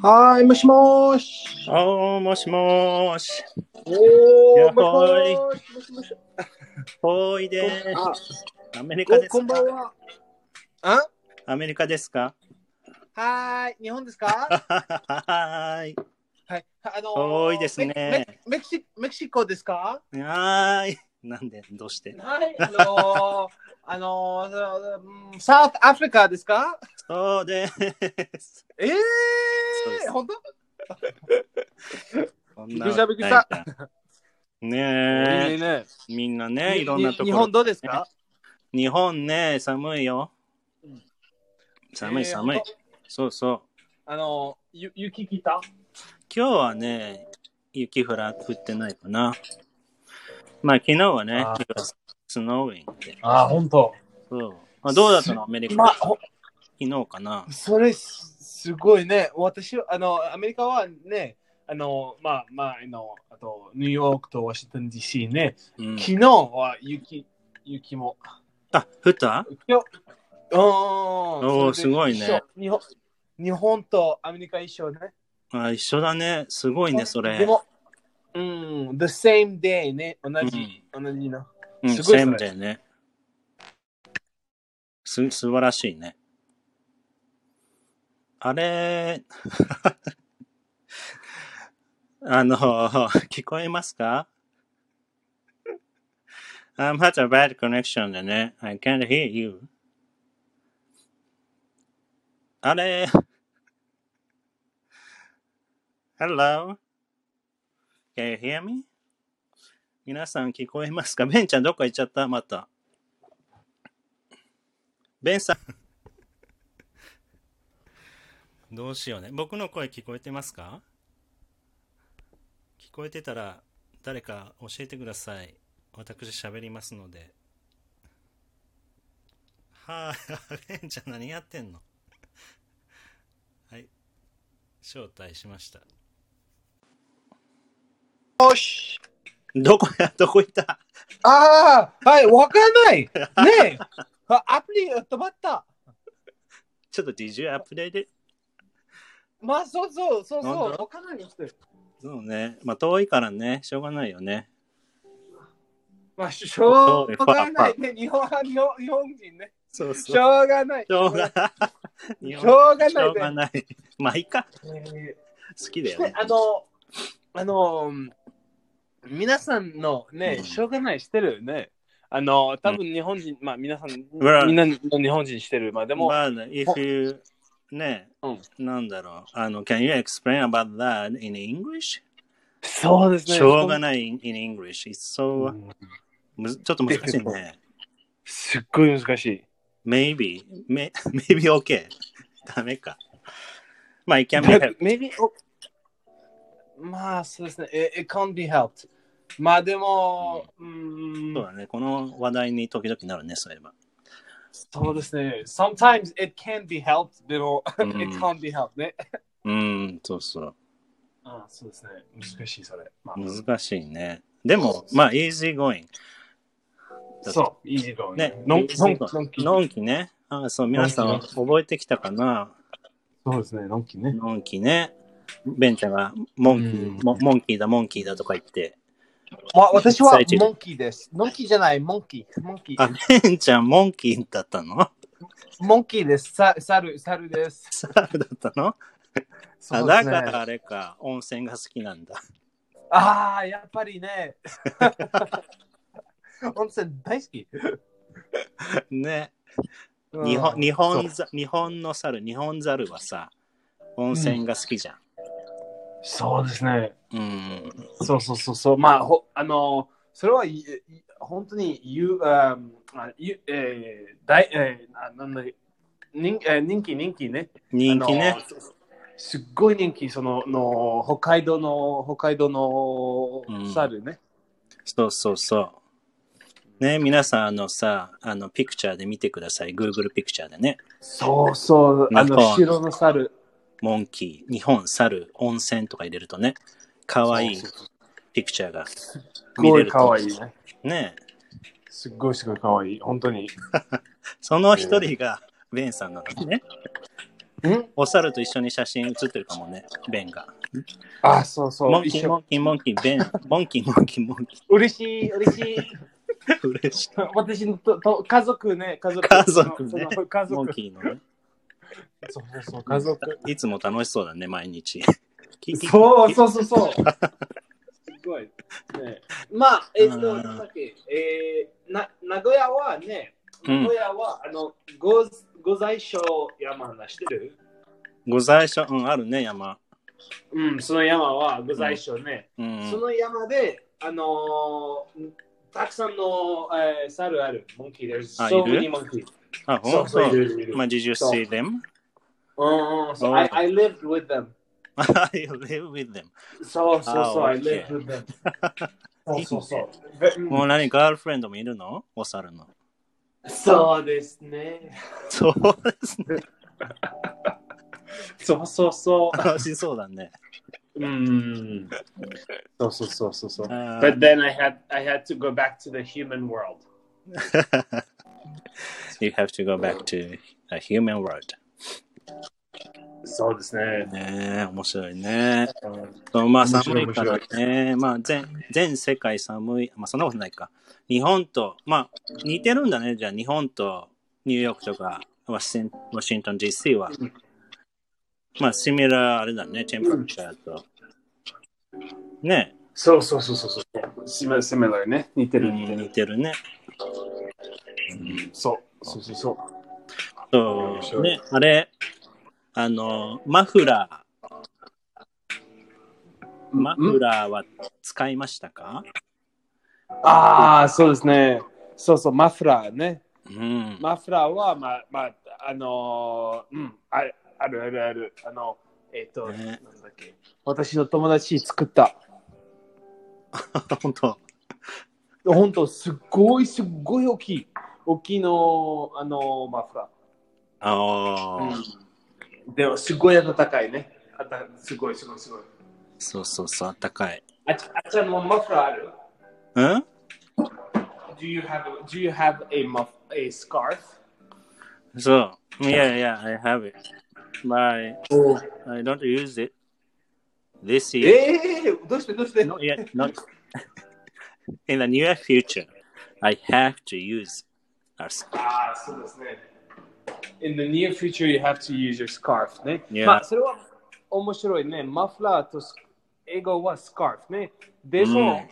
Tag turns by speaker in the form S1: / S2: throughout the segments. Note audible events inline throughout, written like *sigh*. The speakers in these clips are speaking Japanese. S1: はーい、もしもーし。
S2: おー、もしもーし。
S1: お
S2: や
S1: ー、
S2: っほーい
S1: もしもーし。もしもし
S2: おいでー
S1: あ
S2: アメリカです
S1: こ、
S2: か
S1: こんばんは。あ
S2: アメリカですか
S1: はーい、日本ですか
S2: はーい。
S1: はい。あの
S2: 多いですね
S1: メキメキメキシメキシコですか
S2: はーい。なんで、どうして
S1: はい、あのー、 *laughs* あのーうんサウスアフリカですか
S2: そうです。
S1: ええ
S2: そうです
S1: ー、本当
S2: こん
S1: びっく
S2: な
S1: りしたびっくりした
S2: わけないかねえ、
S1: いね。
S2: みんなね、いろんなところ。
S1: 日本どうですか
S2: 日本ね、寒いよ
S1: うん。
S2: 寒い
S1: えー
S2: 寒い。
S1: ほんと
S2: そうそう。
S1: あのー、ゆ雪来た
S2: 今日はね、雪降ら降ってないかな。まあ、昨日はね
S1: あ、
S2: スノーイングで。
S1: ああ、本当。
S2: そう。まあ、どうだったのアメリカ、
S1: まあ、ほ
S2: 昨日かな。
S1: それすすごいね。私は、あの、アメリカはね、あの、まあ、まあ、あの、あと、ニューヨークとワシントン DC ね、
S2: うん、
S1: 昨日は雪、雪も。
S2: あ、降った
S1: 今日、うーん。
S2: おー
S1: それです
S2: ごいね
S1: 一緒日本。日本とアメリカ一緒ね。
S2: あ一緒だね。すごいね、それ。
S1: でも、うん、the same day ね、同じ、同じの。
S2: うん、
S1: すごい
S2: セ
S1: そ
S2: ム
S1: れ
S2: だよね。す、素晴らしいね。あれ、 *laughs* あの、聞こえますか ?I'm had a bad connection でね。I can't hear you. あれ ?Hello? Can you hear me? 皆さん聞こえますかベンちゃんどっか行っちゃったまた。ベンさん。 *laughs* どうしようね。僕の声聞こえてますか聞こえてたら誰か教えてください。私喋りますので。はー *laughs* い。ベンちゃん何やってんのはい。招待しました。
S1: よし
S2: どこやどこ行った
S1: ああはい、わかんないね
S2: *laughs*
S1: えあアプリ止まった
S2: ちょっと Did you update it?
S1: まあ、そうそう、そうそ
S2: なん
S1: う、
S2: だ
S1: わかんないです。
S2: そうね。まあ遠いからね、しょうがないよね。
S1: まあ、しょうがない *laughs* ね。日本日本日本人ね。
S2: そう
S1: しょうがない。
S2: しょうがない。
S1: しょうがないね
S2: しょうがない。まあいいか。
S1: え
S2: 好き
S1: ー
S2: だよね。
S1: あの、あの、皆さんの
S2: う
S1: ね
S2: ん、
S1: しょうがないしてるよね。あの、多分日本人、まあ皆さん、
S2: ら
S1: みんなの日本人してる。まあでも、
S2: まあ、if you, ね、
S1: うん
S2: なんだろう。あの、can you explain about that in English?
S1: そうですね。
S2: しょうがない in in English. It's
S1: う
S2: so,
S1: ん
S2: むずちょっと難しいね。
S1: すっごい難しい。
S2: maybe, may, maybe okay. ダメか。まあ、it can be
S1: But
S2: helped.
S1: maybe おまあそうですね。It, it can't be helped. まあでも、う
S2: そう
S1: ーん、
S2: だね。この話題に時々なるね、そういえば。
S1: そうですね。Sometimes it can be helped. でも、
S2: う
S1: it
S2: ん、
S1: can't be helped ね。
S2: うん、そうそう。
S1: あそうですね。難しいそれ。まあ、
S2: 難しいね。でも、まあ、easy going。
S1: そう、easy going.
S2: ね、
S1: のん
S2: の
S1: のん
S2: ん
S1: のんき
S2: のんきね。あそう、皆さ
S1: のん
S2: ん
S1: き
S2: 覚えてきたかな
S1: そうですね。のんきね。
S2: のんきね。ベンちゃんが、モンキー、
S1: うん
S2: モモンキーだ、モンキーだとか言って。
S1: わ私は
S2: 最中
S1: モンキーです。モンキーじゃない、モンキー。モンキー。
S2: あ、ベンちゃん、モンキーだったの *laughs*
S1: モンキーです。さ猿、猿です。
S2: サルだったの、
S1: そ
S2: あ
S1: うです
S2: だ
S1: ね
S2: からあれか、温泉が好きなんだ。 *laughs*
S1: ああ、やっぱりね。温泉大好き。
S2: ね。
S1: うん
S2: 日本日本ざ日本の猿、日本猿はさ、温泉が好きじゃん。
S1: そうですね。
S2: うん。
S1: そうそうそうそう。まあ、ほあの、それはいいい本当に言う、あーあゆえー大えーななんだ人えー人気、人気ね。
S2: 人気
S1: あ
S2: ね
S1: の。。すすっごい人気、そのの北海道の北海道
S2: うん
S1: の猿ね。
S2: そうそうそう。ね、皆さん、あのさ、あの、ピクチャーで見てください。Google ピクチャーでね。
S1: そうそう、あ
S2: なんか
S1: の、白の猿。
S2: モンキー、日本、猿、温泉とか入れるとね、可愛い
S1: そうそう
S2: ピクチャーが
S1: す
S2: 見
S1: ご
S2: れ
S1: い
S2: ると
S1: 可愛いね。
S2: ね。
S1: すっごいすごい可愛い。本当に。
S2: その一人がベンさんなのね。
S1: ん
S2: お猿と一緒に写真写ってるかもね、ベンが。
S1: あ、そうそ
S2: モン
S1: う。
S2: キ
S1: 一
S2: ー、
S1: 緒。
S2: モンキー、モンキー、ベン。モンキー、モンキー、モンキ
S1: 嬉しい、嬉しい。 *laughs*
S2: ー。嬉しい。
S1: 私のとと家族ね、家族。
S2: 家族ね
S1: そのその家
S2: モン
S1: 族。
S2: キーのね。
S1: そうそうそう、家族。
S2: いつも楽しそうだね、毎日。キキ
S1: そうそうそうそう。すごい。ね、まあ、えっと、
S2: うん
S1: なんだっけ、えー、な名古屋はね、
S2: うん
S1: 名古屋は、あの、ごご在所山なしてる
S2: ご在所、うん、あるね、山。
S1: うん、その山はご在所ね。
S2: う
S1: そ
S2: ん。
S1: の山で、あのーたくさんの、えー、猿ある、モンキー。There's
S2: あ
S1: so
S2: いる
S1: many monkeys.
S2: あ、
S1: そ
S2: ほ
S1: うんそ、
S2: そう。
S1: いうるいる。
S2: まあ、did you
S1: そう
S2: see them?
S1: うんうん、そう
S2: うん
S1: I, I lived with them.
S2: *laughs* I live with them.
S1: そうそうそう、
S2: あ
S1: I
S2: OK
S1: lived with them.
S2: *laughs*
S1: そうそうそう。
S2: もう何、ガールフレンドもいるのお猿の。
S1: そうですね。
S2: そうですね。
S1: *laughs* そうそうそ
S2: 楽しそうだね。
S1: う。うん。そうそうそうそうそう。
S2: あー
S1: But then I had I had to go back to the human world.
S2: you have to go back to a human world.
S1: そうですね。
S2: ねえ、面白いね。
S1: うん
S2: そうまあ
S1: 面白
S2: 寒
S1: い
S2: いからね。まあ全全世界寒い。まあそんなことないか。日本と、まあ似てるんだね。じゃあ日本とニューヨークとかワシンワシントン DC は。まあシミラーあれだね。テンプチャーと。ね
S1: そうそうそうそうそう。シミシミラーね。似て
S2: え、
S1: る似てる。
S2: 似てるね。
S1: そうそうそうそう。
S2: そ
S1: 面
S2: う
S1: 白い
S2: ね、あれ、あの、マフラー、マフラーは使いましたか
S1: ああ、そうですね。そうそう、マフラーね。
S2: うん。
S1: マフラーは、まあ、まあ、あのーうん、ああるあるある。あの、えっ、と、
S2: ね
S1: なんだっけ。私の友達作った。
S2: 本当。
S1: 本当すっごいすっごい大きい。大きいの、あのーマフラ
S2: ああ、
S1: ー。でも、すごい暖かいね。あたすごいすごいすごい。
S2: そうそうそう、あったかい。
S1: あちあちゃんもマフラーある
S2: うん
S1: Do you have, do you have a, muff, a scarf?
S2: そう。Yeah, yeah, I have it. But I don't use it this
S1: え
S2: year.
S1: えどうしてどうして
S2: Not yet, not. *laughs* In the near future, I have to use our scarf.
S1: ああ、そうですね。In the near future, you have to use your scarf ね。
S2: Yeah.
S1: まあ、それは面白いね。マフラーとス英語は scarf ね。で
S2: Mm.
S1: も、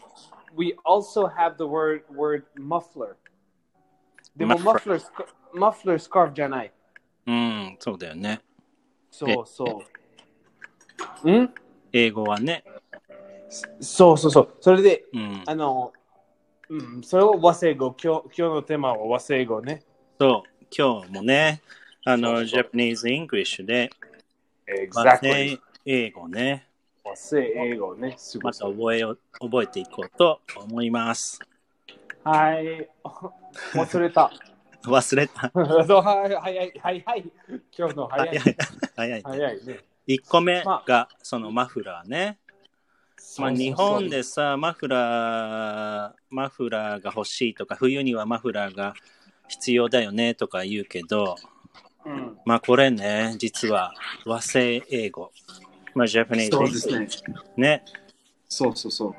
S1: we also have the word, word muffler。でも、muffler,
S2: Muffler
S1: sc- muffler scarf じゃない。
S2: うん、そうだよね。
S1: そうそう。ん
S2: 英語はね。
S1: そうそうそう。それで、
S2: うん。
S1: あの、うん、それを和製語。今日今日のテーマは和製語ね。
S2: そう、今日もね、あの、
S1: そうそう
S2: Japanese English で、和
S1: Exactly.
S2: 製英語ね、
S1: 和製英語ね。すご
S2: ま
S1: い
S2: た覚えよ覚えていこうと思います。
S1: はい。忘れた。
S2: 忘れた。
S1: *laughs* そうはい、早い、早い。今日の早
S2: 早
S1: い。
S2: い。早い。
S1: 早いね。
S2: 1個目
S1: ま
S2: が、そのマフラーね。まあ、日本でさ、マフラー、マフラーが欲しいとか、冬にはマフラーが必要だよねとか言うけど、
S1: うん
S2: まあ、これね、実は和製英語。まあ、Japanese
S1: そうですね
S2: English。ね。
S1: そうそうそ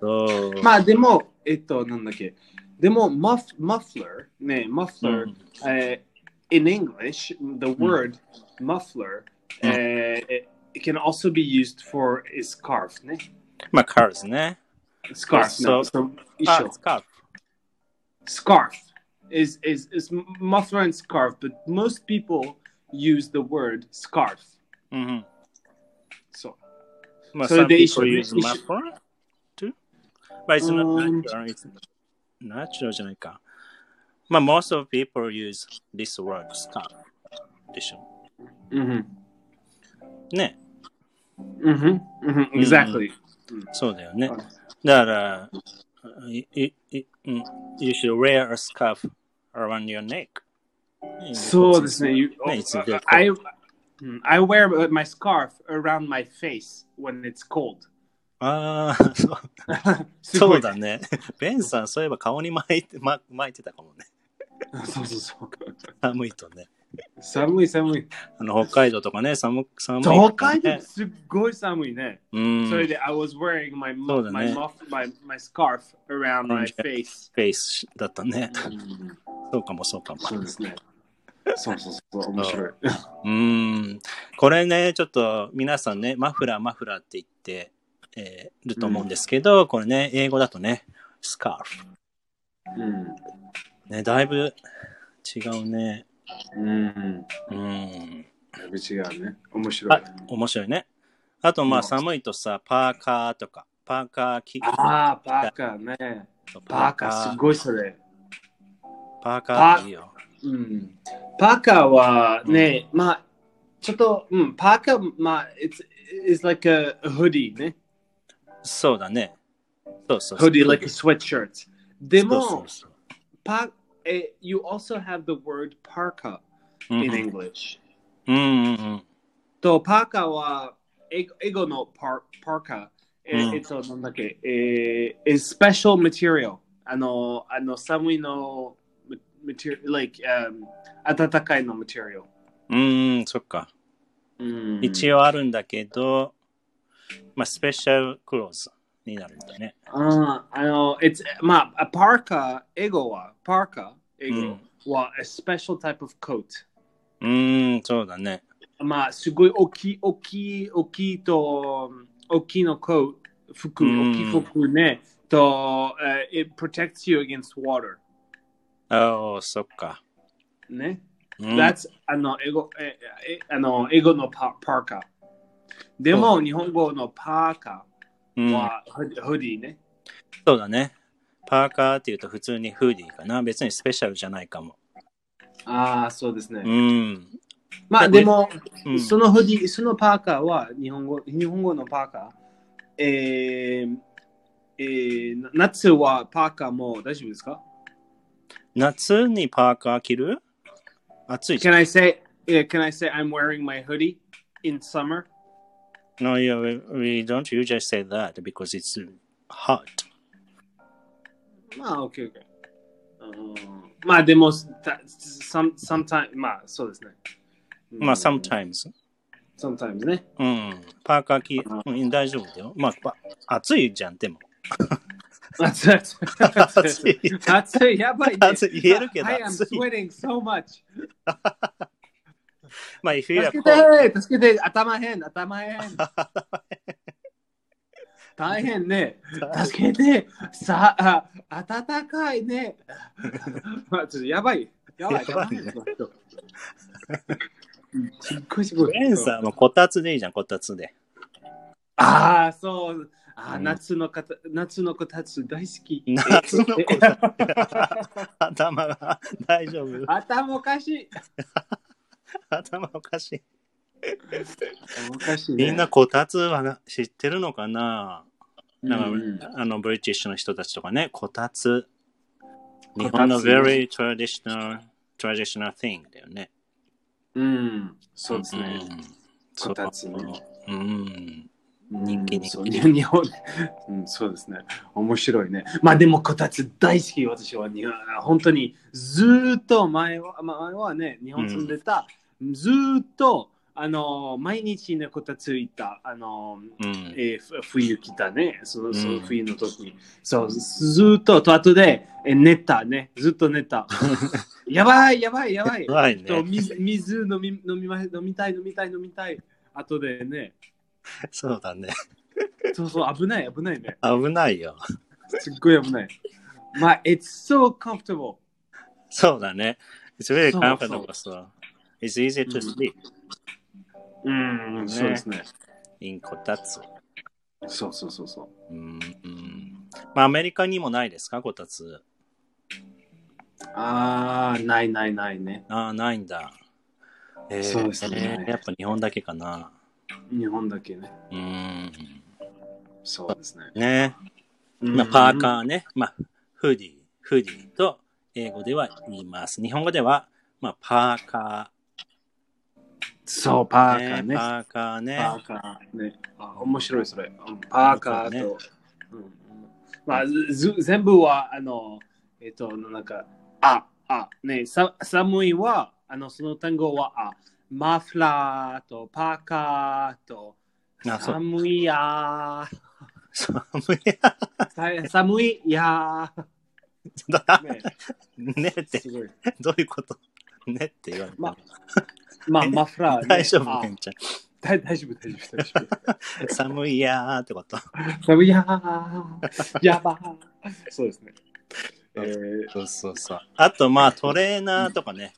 S2: そう
S1: う。。まあでも、えっと、なんだっけ。でも、マフ、マフラー、ね、マフラ
S2: う
S1: ー
S2: ん、Mm.
S1: えー in English, the word muffler、えー it can also be used for a scarf ね。
S2: まあ、cars ね。
S1: scarf,
S2: そ
S1: no,
S2: う
S1: so, 衣
S2: あ
S1: 装、
S2: スカ
S1: scarf
S2: ーフ。
S1: is, is, is muffler and scarf, but most people use the word scarf.
S2: うんうん。
S1: So,
S2: まあ、
S1: それで
S2: some
S1: 一緒
S2: people use
S1: 一緒
S2: muffler too? But it's
S1: うーん
S2: not natural. It's natural じゃないか。まあ、most of people use this word, scarf. でしょ。
S1: mm-hmm.
S2: ね。
S1: Mm-hmm. Mm-hmm. Exactly.
S2: そうだよね
S1: はい。
S2: だから、いいいうん you should wear a scarf around your neck. ね
S1: So this you, uh,
S2: ねいつで
S1: I mm, I wear my scarf around my face when it's *laughs* cold.
S2: ああ、そうそうだね。ベン
S1: *laughs*
S2: さん、そういえば顔に巻いて巻巻いてたかもね。
S1: そうそうそう。
S2: 寒いとね。
S1: 寒い寒 *laughs* い。
S2: あの北海道とかね、寒寒いからね、
S1: 北海道すっごい寒いね。
S2: うん。
S1: So that I was wearing my mu-
S2: Sure,
S1: my
S2: yeah.
S1: muff my my scarf around my
S2: Yeah.
S1: face.
S2: フェイスだったね。
S1: Mm.
S2: そうかもそうかも。
S1: そうですね。そうそうそう、面白い。
S2: うーん。これね、ちょっと皆さんね、マフラー、マフラーって言って、えーると思うんですけど、これね、英語だとね、スカーフ。ね、だいぶ違うね。うーん。
S1: うん。だいぶ違うね。面白い。
S2: あ、面白いね。あと、ま
S1: う
S2: あ、
S1: ん
S2: 寒いとさ、パーカーとか、パーカー着、
S1: ああ、パーカーね。パーカー、すごいそれ。
S2: パーカーっていいよ。
S1: うんパーカーはね、まあ、ちょっと、うん、パーカー、まあ、it's, it's like a hoodie ね。
S2: そうだね。そうそうそう。
S1: hoodie, like a sweatshirt. でも、
S2: そうそうそう
S1: パえ、you also have the word parka
S2: うんう
S1: in
S2: ん
S1: English.
S2: うんうん
S1: と、パーカーは、英語英語のパパーカー。え
S2: うん
S1: えっと、なんだっけ、えー、is special material. あの、あの、寒いの、material, like, um, 暖かいの material.
S2: うん。うん、そっか。
S1: うん
S2: 一応あるんだけど、まあ、スペシャルクローズになるんだね。
S1: ああの、it's, まあ、パーカー、英語は、パーカー、英語は、a special type of coat。
S2: うーん、そうだね。
S1: まあ、すごい大きい、大きい、大きいと、大きいのコート、服、
S2: うん
S1: 大きい服ね、と、え it protects you against water。
S2: ああ、そっか。
S1: ね。
S2: うん、
S1: That's、あの、英語、ええあの、英語のパパーカー。でも、日本語のパーカ
S2: うん
S1: ーは、ホディね。
S2: そうだね。パーカーっていうと普通にフーディーかな。別にスペシャルじゃないかも。
S1: ああ、そうですね。
S2: うん。
S1: まあ、でも、
S2: うん、
S1: そのホディ、そのパーカーは日本語、日本語のパーカー。えーえー、な夏はパーカーも大丈夫ですか
S2: 夏にパーカー着る暑いじゃ
S1: ?Can I say,、can I say I'm wearing my hoodie in summer?
S2: ん。No, you, we don't usually say that because it's hot.
S1: まあ、OK, OK. うんまあ、でも、た some, sometime, まあ、そうですね。
S2: まあ、
S1: うん
S2: sometimes.
S1: sometimes *laughs* ね。
S2: うん。パーカー着、うん、大丈夫だよ。まあパ、暑いじゃん、でも。
S1: 暑い。 *laughs*
S2: 暑い。
S1: 暑い。やば
S2: *laughs*
S1: いね。
S2: 暑い言えるけど
S1: I am
S2: 暑い
S1: sweating so much.
S2: まあ、if you
S1: 助
S2: are
S1: け
S2: cold,
S1: て助けて頭変頭変大変ね助けてさああ暖かいね *laughs* ちょっとやばいやばい
S2: やば
S1: 頭
S2: いね
S1: 変すっごいすごい
S2: ベンさんもこたつでいいじゃん、こた
S1: *laughs*
S2: つで。
S1: ああそうあー、
S2: うん
S1: 夏のかた夏のこたつ大好き
S2: 夏のこ
S1: たつ
S2: 頭が大丈夫。
S1: 頭おかしい
S2: 頭おかしい。
S1: 頭おかしい、ね、
S2: みんなこたつは知ってるのかな
S1: うん
S2: なんか、
S1: うん
S2: あの、ブリティッシュの人たちとかね、こたつ。
S1: こたつ
S2: 日本の very traditional, traditional thing だよね。
S1: うんそうですね、
S2: ん
S1: こたつね
S2: そううん。人気
S1: うん
S2: 人気
S1: そう日本、 *laughs* うん、そうですね。面白いね。まあでもこたつ大好き、私は日本。本当にずーっと前はまあ前はね、日本住んでた、ずーっとあの毎日ね、こたつ行った、あの、
S2: うん。
S1: えーふ冬来たね、そのそうの
S2: ん
S1: 冬の時に。そう、ずーっと、と後で、え寝たね、ずっと寝
S2: *laughs*
S1: た。やばい、やばい、やばい。
S2: 怖い
S1: と
S2: ね。
S1: 水水飲み飲みま飲みたい、飲みたい、飲みたい。後でね。
S2: そうだね。
S1: そうそう、危ない、危ないね。
S2: 危ないよ。
S1: すっごい危ない。まあ、it's so comfortable.
S2: そうだね。It's very
S1: そうそう
S2: comfortable, so it's easy to
S1: うん
S2: sleep
S1: うん
S2: そうです
S1: ね。
S2: in こたつ。
S1: そうそうそうそう。
S2: うんうんまあ、アメリカにもないですか、こたつ。
S1: ああ、ないないないね。
S2: ああ、ないんだ。えー
S1: そうですね
S2: えーやっぱ日本だけかな。
S1: 日本だけね。
S2: うん。
S1: そうですね。
S2: ね、まあ、パーカーね、まあ、フーディー、フーディーと英語では言います。日本語では、まあ、パーカ
S1: ー。そう、パーカ
S2: ー、
S1: ーね。
S2: パ
S1: パ
S2: ーカーね。
S1: ーカーね。あ面白いそれ。うんパーカーと。うんまあ、ず全部は、あの、えっと、なんか、あ、あ、ね、さ寒いは、あの、その単語は、あマフラーとパーカーと
S2: あそう
S1: 寒いや
S2: 寒
S1: ーさ寒いやー
S2: い。
S1: ね
S2: *laughs* ねって
S1: す、ごい
S2: どういうことねって言われても
S1: ま *laughs* まあ、マフラー、ね。
S2: 大丈夫、
S1: あ
S2: ケンちゃん。
S1: 大大丈夫、大丈夫、大丈
S2: 寒いやーってこと。
S1: 夫。寒いやー、やばー。そうですね。えー、
S2: そうそうそう。あと、まあ、トレーナーとかね。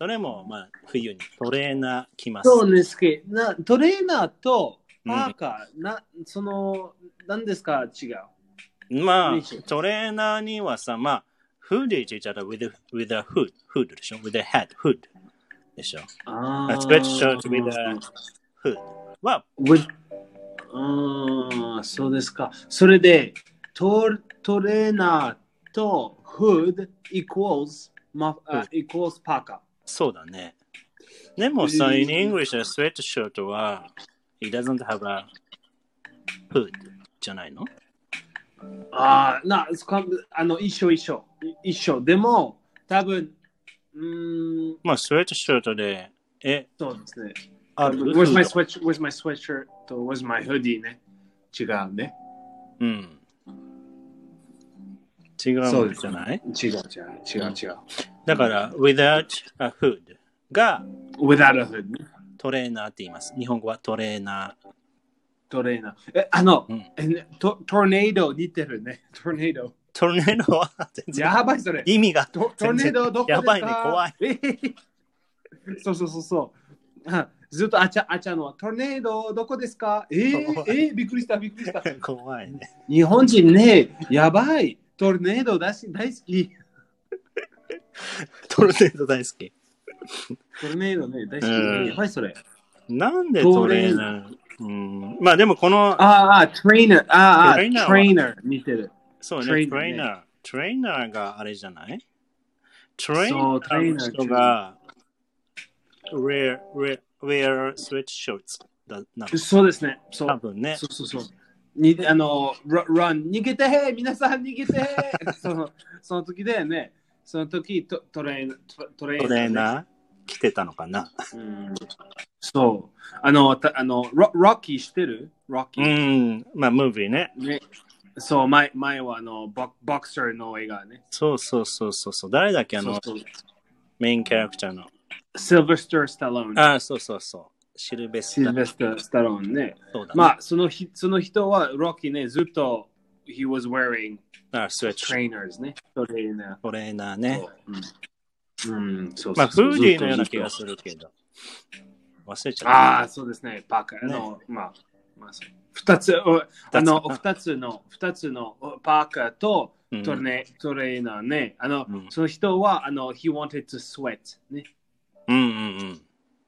S2: それも、まあ、冬にトレーナー来ます。
S1: そうですけどな、トレーナーとパーカー、なその、何ですか、違う。
S2: ま
S1: いいでしょ
S2: あ、トレーナーにはさ、まあ、フーディって言っちゃったら with, a- with a hood, hood でしょ ?with a hat, hood でしょ
S1: あ
S2: ?a sweatshirt with a hood は、
S1: with あーそうですか。それでトトレーナーと hood equals, まあ equals パーカ
S2: そうだね。でもさ、
S1: うん
S2: in English, a sweatshirt は、it doesn't have a hood じゃないの
S1: ー。ああ、な、そこあの、一緒一緒。一緒。でも、多分、うーん、
S2: まあ、sweatshirt で、え、
S1: そうですね。
S2: あ
S1: Where's my
S2: フー
S1: sweatshirt? Where's my sweatshirt? と Where's my hoodie? ね。違うね。
S2: ドうん。違う
S1: そ
S2: も
S1: うんです
S2: じゃない
S1: 違う違う違う違う。
S2: だから、without a hood が
S1: Without a hood ね。
S2: トレーナーって言います。日本語はトレーナー。
S1: トレーナー。え、あの、
S2: うん
S1: えトトルネード似てるね。 *laughs* トルネード。
S2: トルネードは全然
S1: やばいそれ。
S2: 意味が
S1: トトル
S2: 全
S1: ネード
S2: 然
S1: どこですか
S2: やばいね怖い。
S1: えへへそうそうそうそう。あずっとあちゃあちゃのトルネードどこですかえー
S2: 怖、
S1: えー、びっくりしたびっくりした。
S2: 怖
S1: *laughs*
S2: いね。
S1: 日本人ね、やばい。トルネードだし大好き。
S2: トルネード大好き。
S1: トルネードね、大好
S2: うん
S1: き。やばいそれ。
S2: なんでトレーナーうん、まあでもこの、
S1: あーあー、トレーナー。あーあ
S2: トレーナ
S1: ー、
S2: ーは
S1: トレーナー似てる。
S2: そうね、
S1: ト
S2: ト
S1: レ
S2: レ
S1: ーナーね
S2: ーナー。トレーナーがあれじゃないトレーナ
S1: そうトレー
S2: ーの
S1: ナー
S2: 人が wear, wear, wear sweatshirts だな。
S1: そうですね。そ
S2: 多
S1: う。
S2: 分ね
S1: そ。うそうそう。にあの、ララン、逃げてへ皆さん逃げてそのその時だよね。その時トトレーナートトレ
S2: ト
S1: ー
S2: レ
S1: ナ
S2: ー
S1: ーね、
S2: ナー来てたのかな。
S1: うんそう。あの、たあのロロッキーしてるロッキ
S2: う
S1: ー、
S2: ん、まあムービーね。
S1: ね。そう、前前はあのボボクサーの映画ね。
S2: そうそうそうそうそう。誰だっけあの
S1: そうそう
S2: メインキャラクターの。
S1: シルバスター・スタローン。
S2: ああ、そうそうそう。シルベ
S1: シ
S2: スタ
S1: ル。バスター・スタローンね。
S2: そうだね。
S1: まあ、そのひその人はロッキーね、ずっと he was wearing
S2: ああ、スウェット。
S1: trainers ね。トレーナー。
S2: トレーナーね。
S1: そう。うん。うん、そう
S2: まあ、フ
S1: そう
S2: ーディーのような気が
S1: ずっ
S2: するけど。忘れち
S1: と
S2: ゃった。
S1: ああ、そうですね。バカ。あの、まあ、まあ、そう二つ、おあの、二
S2: 二つ
S1: つの、二つのおパーカーと
S2: うん
S1: トレ,、トレーナーね。あの、
S2: うん
S1: その人は、あの、he wanted to sweat ね。
S2: うんうんうん。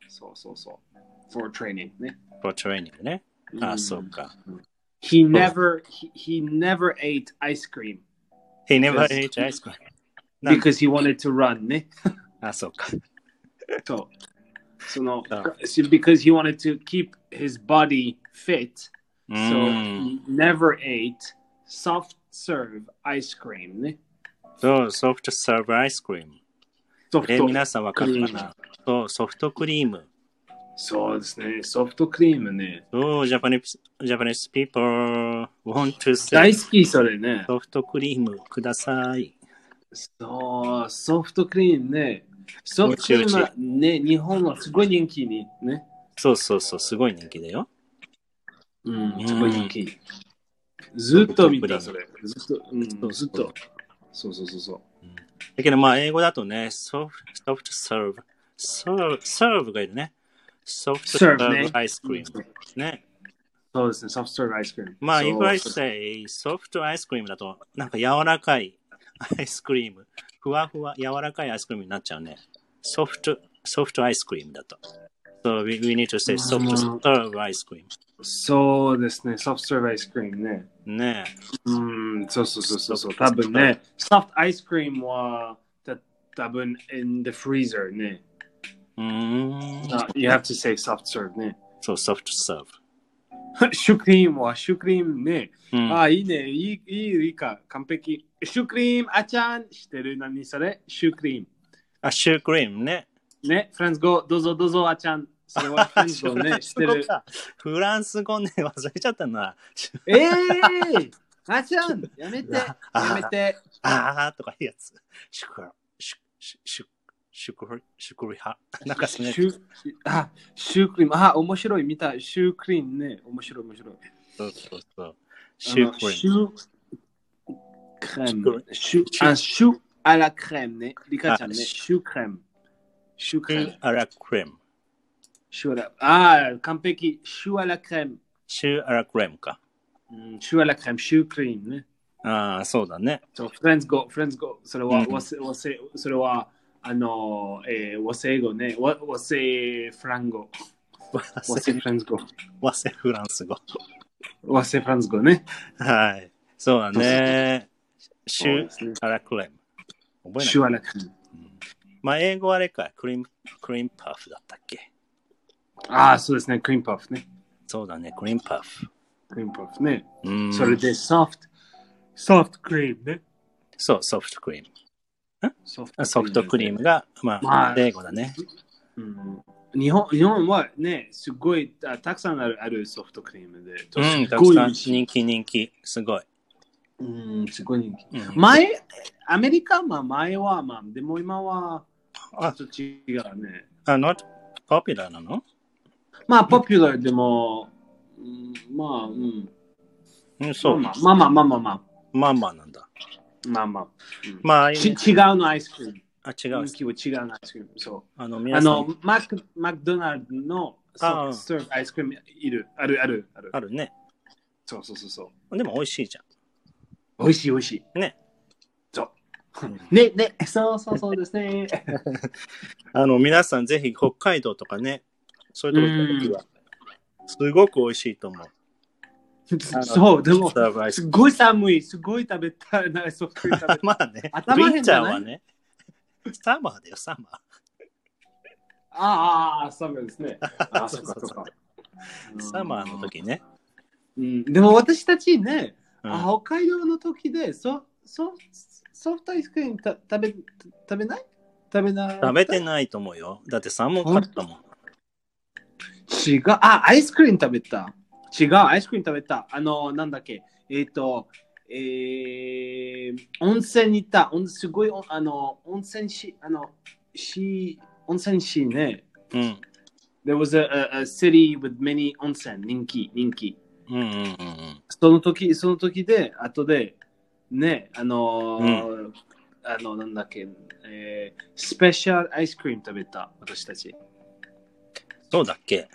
S1: そうそうそう。for training ね。
S2: for training ね。ああ、そうか。
S1: He never, he, he never ate ice cream
S2: He never
S1: Yes.
S2: ate ice cream. なんで
S1: because he wanted to run ね。
S2: ああ、そうか。
S1: そう。その、
S2: あ
S1: because he wanted to keep his body fit
S2: う
S1: So he
S2: ん。
S1: never ate soft serve ice cream ね。
S2: そう、ソフトサーブアイスクリーム。
S1: ソフ
S2: え、
S1: ト
S2: 皆さんわかるかなそう、ソフトクリーム。
S1: そうですね。ソフトクリームね。
S2: そう、ジャパニス、ジャパニス people want to
S1: 大
S2: say
S1: 好きそれね。
S2: ソフトクリームください。
S1: そう、ソフトクリームね。ソフトクリームはね、日本はすごい人気にね。
S2: そうそうそう、すごい人気だよ。
S1: う、
S2: うんん
S1: すごい人気。ずっと見たそ
S2: ソフ
S1: れ。ずっと、う
S2: そ
S1: ん、
S2: う
S1: ずっと。そうそうそうそう。
S2: だけどまあ英語だとね、ソフトサーブ、サーブ、サーブがいるね。ソフトサ
S1: Serve
S2: ー
S1: ね
S2: ブアイスクリーム。ね。
S1: そうですね、ソフトサーブアイスクリーム。
S2: まあ、
S1: そう
S2: if I say ソフトアイスクリームだと、なんか柔らかいアイスクリーム、ふわふわ柔らかいアイスクリームになっちゃうね。ソフト、ソフトアイスクリームだと。So we, we need to say ソフトサーブアイスクリー
S1: そうですね、ソフトサーブアイスクリームね。
S2: ム。ね
S1: うん、そうそうそうそうそう。
S2: そう
S1: 多分ね、ソフトアイスクリームはた多分 in the freezer ね。
S2: うーん。
S1: あ you have to say soft serve ね。 *laughs*
S2: そう、ソフトサー
S1: シュクリームはシュクリームね。
S2: ブ。うん、
S1: あ、いいね。いい、いい、いいか。完璧。シュクリーム、あちゃん。してる何それシュクリーム。
S2: あ、シュークリームね。
S1: ね、フランス語、どうぞどうぞ、あちゃん。 *laughs* それ *laughs* はフランス語ね、してる。
S2: フランス語ね、忘れちゃっ
S1: *laughs*
S2: たな。
S1: ええー、あちゃん、やめて、やめて。
S2: あーとかいうやつ。シュクラ、シュ、シュ、シュ、シュクリ、シュク
S1: *laughs*
S2: リハ。なんかそのやつ
S1: シュあシュークリーム、あ、面白い、見た、シュークリームね、面白い、面白い。
S2: そうそうそう。シュクリ
S1: シュークレーム。シュ
S2: シュ
S1: あシューあらクレームね。リカちゃんね。
S2: あ
S1: シュークレーム。シュークレー
S2: ーム
S1: ム。。
S2: アラクレーム。
S1: シューラああ、完璧。シューあらクレーム。
S2: シュアラクレームか。
S1: うんシューあらクレーム、シュークリームね。
S2: ああ、そうだね。
S1: そう、フレンズ語、フレンズ語。それは、
S2: うん
S1: わせ、わせ、それは、あの、えー、わせ語ね。わわせフラン語。わ
S2: 忘
S1: せ
S2: れ
S1: フランス語。
S2: フランス語。
S1: わせフランス語ね。
S2: はい。そうだね。シ
S1: そう
S2: ュ
S1: ですね
S2: アラクレーム。覚えない
S1: シューあらクレーム。
S2: まあ、英語あれか、クリーム、クリームパフだったっけ
S1: ああ、そうですね。クリームパフね。
S2: そうだね、クリームパフ。
S1: クリームパフね。
S2: うん。
S1: それで、ソフト。ソフトクリームね。
S2: そう、ソフトクリーム。
S1: ソフ
S2: あソフトクリーム。が、ま
S1: ま
S2: あ
S1: あ、
S2: 英語だね。
S1: うん日本日本はね、すごいあたくさんあるあるソフトクリームで。
S2: うん、
S1: す
S2: たく
S1: ごい
S2: さん人気、人気、すごい。
S1: うん、すごい人気。
S2: うん
S1: 前、アメリカは前は、まあ、でも今は
S2: あ、
S1: ちょっと違うね。
S2: あ、not popular なの
S1: まあ、ポピュラーでも、うんまあ、うん。
S2: うん、そう。
S1: まあまあまあまあまあ
S2: まあまあなんだ。
S1: まあまあ。うん
S2: まあ、いい
S1: ち
S2: ね
S1: 違うのアイスクリーム。
S2: あ、違う
S1: 人。気は違うのアイスクリーム。そう。
S2: あの、皆
S1: あ
S2: さ
S1: の
S2: ん、、
S1: マクマクドナルドの
S2: ああ
S1: ストーブアイスクリームいる。あるあるある。
S2: あるね。
S1: そうそうそうそ
S2: でも、美味しいじゃん。
S1: う。美味しい美味しい。
S2: ね。
S1: そう
S2: うん。
S1: ね、ね、そうそうそうです
S2: *laughs*
S1: ね。
S2: あの、皆さん、ぜひ、北海道とかね、そういうとこ行った時は、すごく美味しいと思う。
S1: そう、でも
S2: ス、ターバイス
S1: すごい寒い、すごい食べたいな、ソフトクリーム食べたい
S2: まあね、
S1: 頭
S2: ウィ
S1: 変
S2: ンタ
S1: じ
S2: ー
S1: ゃない
S2: はね、サマーだよ、サマー。
S1: *laughs* ああああ、寒いです *laughs* ね。ああ、そ
S2: そうう
S1: か
S2: か
S1: そうか。
S2: サマーの時ね。
S1: うん、でも私たちね、
S2: うん
S1: あ北海道の時でそそソフトアイスクリームた食べ食べない食べない
S2: 食べてないと思うよ。だって寒かったもん。
S1: 違う。あ、アイスクリーム食べた。違う、アイスクリーム食べた。あの、なんだっけ。えっ、と、えー、温泉に行った。温すごい、おあの、温泉し、あの、し、温泉しね。
S2: うん。
S1: There was a, a, a city with many 温泉、人気、人気。
S2: うんうんうんうん。
S1: その時、その時で、後で、ね、あのー、あの、なんだっけ、えー、スペシャルアイスクリーム食べた、私たち。
S2: そうだっ
S1: *laughs*
S2: け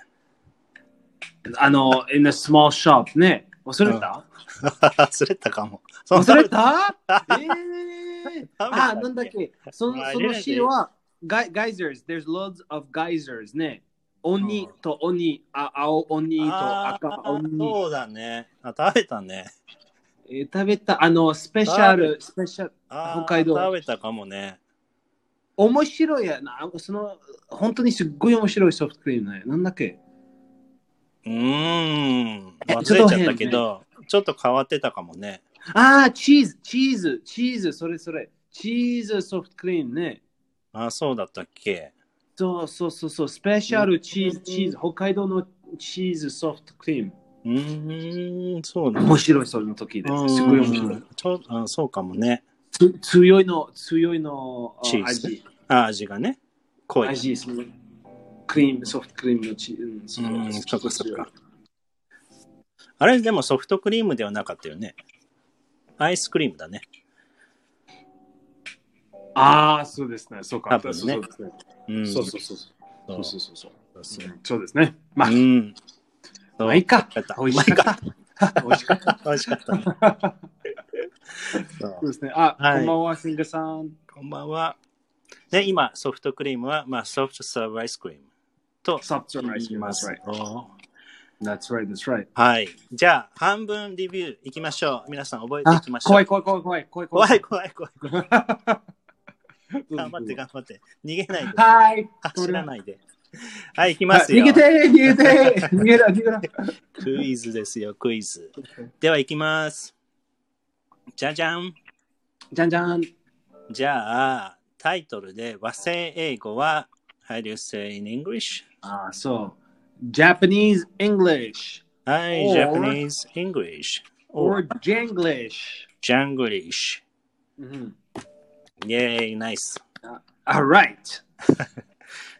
S1: あの、in a small shop ね。忘れた、
S2: 忘れたかも。そ
S1: 忘れたえー、
S2: ダメだ
S1: あ、なんだっけその
S2: まあ
S1: そのシーンは、ガイ geysers, there's loads of geysers ね。鬼と鬼、あ青鬼と
S2: あ
S1: 赤
S2: ー
S1: 鬼。
S2: そうだね。あ、食べたね。
S1: えー食べた、あの、スペシャル、スペシャル、
S2: あ
S1: 北
S2: ー
S1: 海道
S2: 食べたかもね。
S1: 面白いやな。その、本当にすっごい面白いソフトクリームね。なんだっけ
S2: うーん。
S1: え
S2: 忘れちゃったけど、ちょっと変わってたかもね。
S1: あー、チーズ、チーズ、チーズ、それそれ。チーズソフトクリームね。
S2: あ、そうだったっけ
S1: そうそうそうそう、スペシャルチーズ、チーズ、北海道のチーズソフトクリーム。
S2: うーん、そうだ
S1: 面白い、その時で
S2: うん
S1: す。すごい面白い。
S2: ちょあそうかもね。
S1: つ強いの、強いのあ
S2: チーズ
S1: 味。
S2: あ味がね。濃い。
S1: 味、そのクリーム、ソフトクリームのチーズ。うん、その
S2: うんそっかそっ
S1: 強
S2: か
S1: い
S2: あれでもソフトクリームではなかったよね。アイスクリームだね。
S1: ああ、そうですね。そうか。
S2: 多分ね
S1: そうですね。
S2: うん、
S1: そうそうそう。
S2: そ
S1: そううそうそうそう。
S2: そう
S1: うんそうですね。まあ、
S2: うん。そう
S1: まあいいか
S2: 食べた。
S1: 美味しかった。美味しかった。
S2: 美味しかったね。
S1: *laughs*
S2: そう
S1: そうですね。あ、
S2: はい
S1: こんばんは、シンガさん。
S2: こんばんは。ね、今、ソフトクリームは、まあ、ソフトサーブアイスクリームと
S1: サブチョンライ
S2: 言
S1: ス。
S2: います。
S1: That's right.
S2: お
S1: That's right. That's right.
S2: はい。じゃあ、半分リビューいきましょう。皆さん覚えてい
S1: あ
S2: きま、しょう。
S1: 怖い怖い怖い怖い怖い *laughs*
S2: 怖い怖い怖い。
S1: 頑
S2: 頑張って頑張って。逃げないで。
S1: はい。
S2: 走ら
S1: い。
S2: ないで。はい、行きます
S1: 逃
S2: よ。
S1: げて逃げて *laughs* 逃げろ逃げろ。
S2: クイズですよ、クイズ。では、行きます。じゃじゃん。
S1: じゃんじゃん。
S2: じゃあ、タイトルで和製英語は How do you say in English?
S1: ああ、そう。Japanese English
S2: Hi,
S1: Or-
S2: Japanese English.
S1: or
S2: Or
S1: Janglish.
S2: Janglish.
S1: うん、
S2: Yay, nice.
S1: Alright.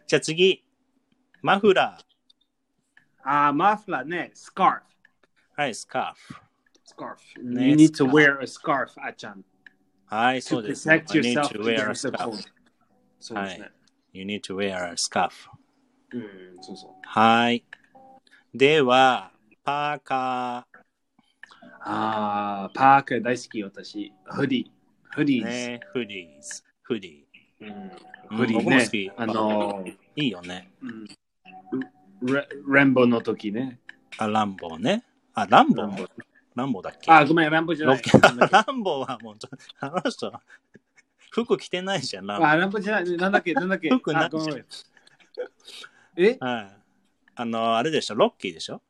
S2: じゃあ次。マフラ
S1: ああ、マフラーね。Scarf.
S2: ー。はい、スカーフ。
S1: Scarf.
S2: ね
S1: you need to
S2: scarf.
S1: wear a scarf, Oh, あっちゃん。
S2: はい、そう
S1: To
S2: ですね。
S1: protect
S2: You need
S1: yourself
S2: to wear a
S1: against the
S2: scarf.
S1: cold. そうですね。
S2: You need to wear a scarf.
S1: うん、そうそう。
S2: はい。では、パーカ
S1: ああ、パーカー Ah, 大好き私。フリー。フリ
S2: ー、
S1: ー。
S2: ね、フリーズ、フリ
S1: Mm. うん、フリ
S2: 僕も好
S1: ー
S2: き
S1: ね。あのー、
S2: ー。いいよね。
S1: うんレレンボーの時ね。
S2: あ、ランボーね。あ、ランボ
S1: ランボ
S2: ーランボーだっけ
S1: あ、Ah, ごめん、ランボーじゃ
S2: ロ
S1: な
S2: ッ
S1: い
S2: キ。ー *laughs* ランボーはもう、あの人、服着てないじゃん、ランボ
S1: *laughs*
S2: ー。
S1: あ、ランボーじゃない。なんだっけ、なんだっけ。
S2: 服な
S1: あ、
S2: いじ
S1: ご
S2: ゃん
S1: めんごめん。え
S2: はい。あの、あれでしょ、ロッキーでしょ。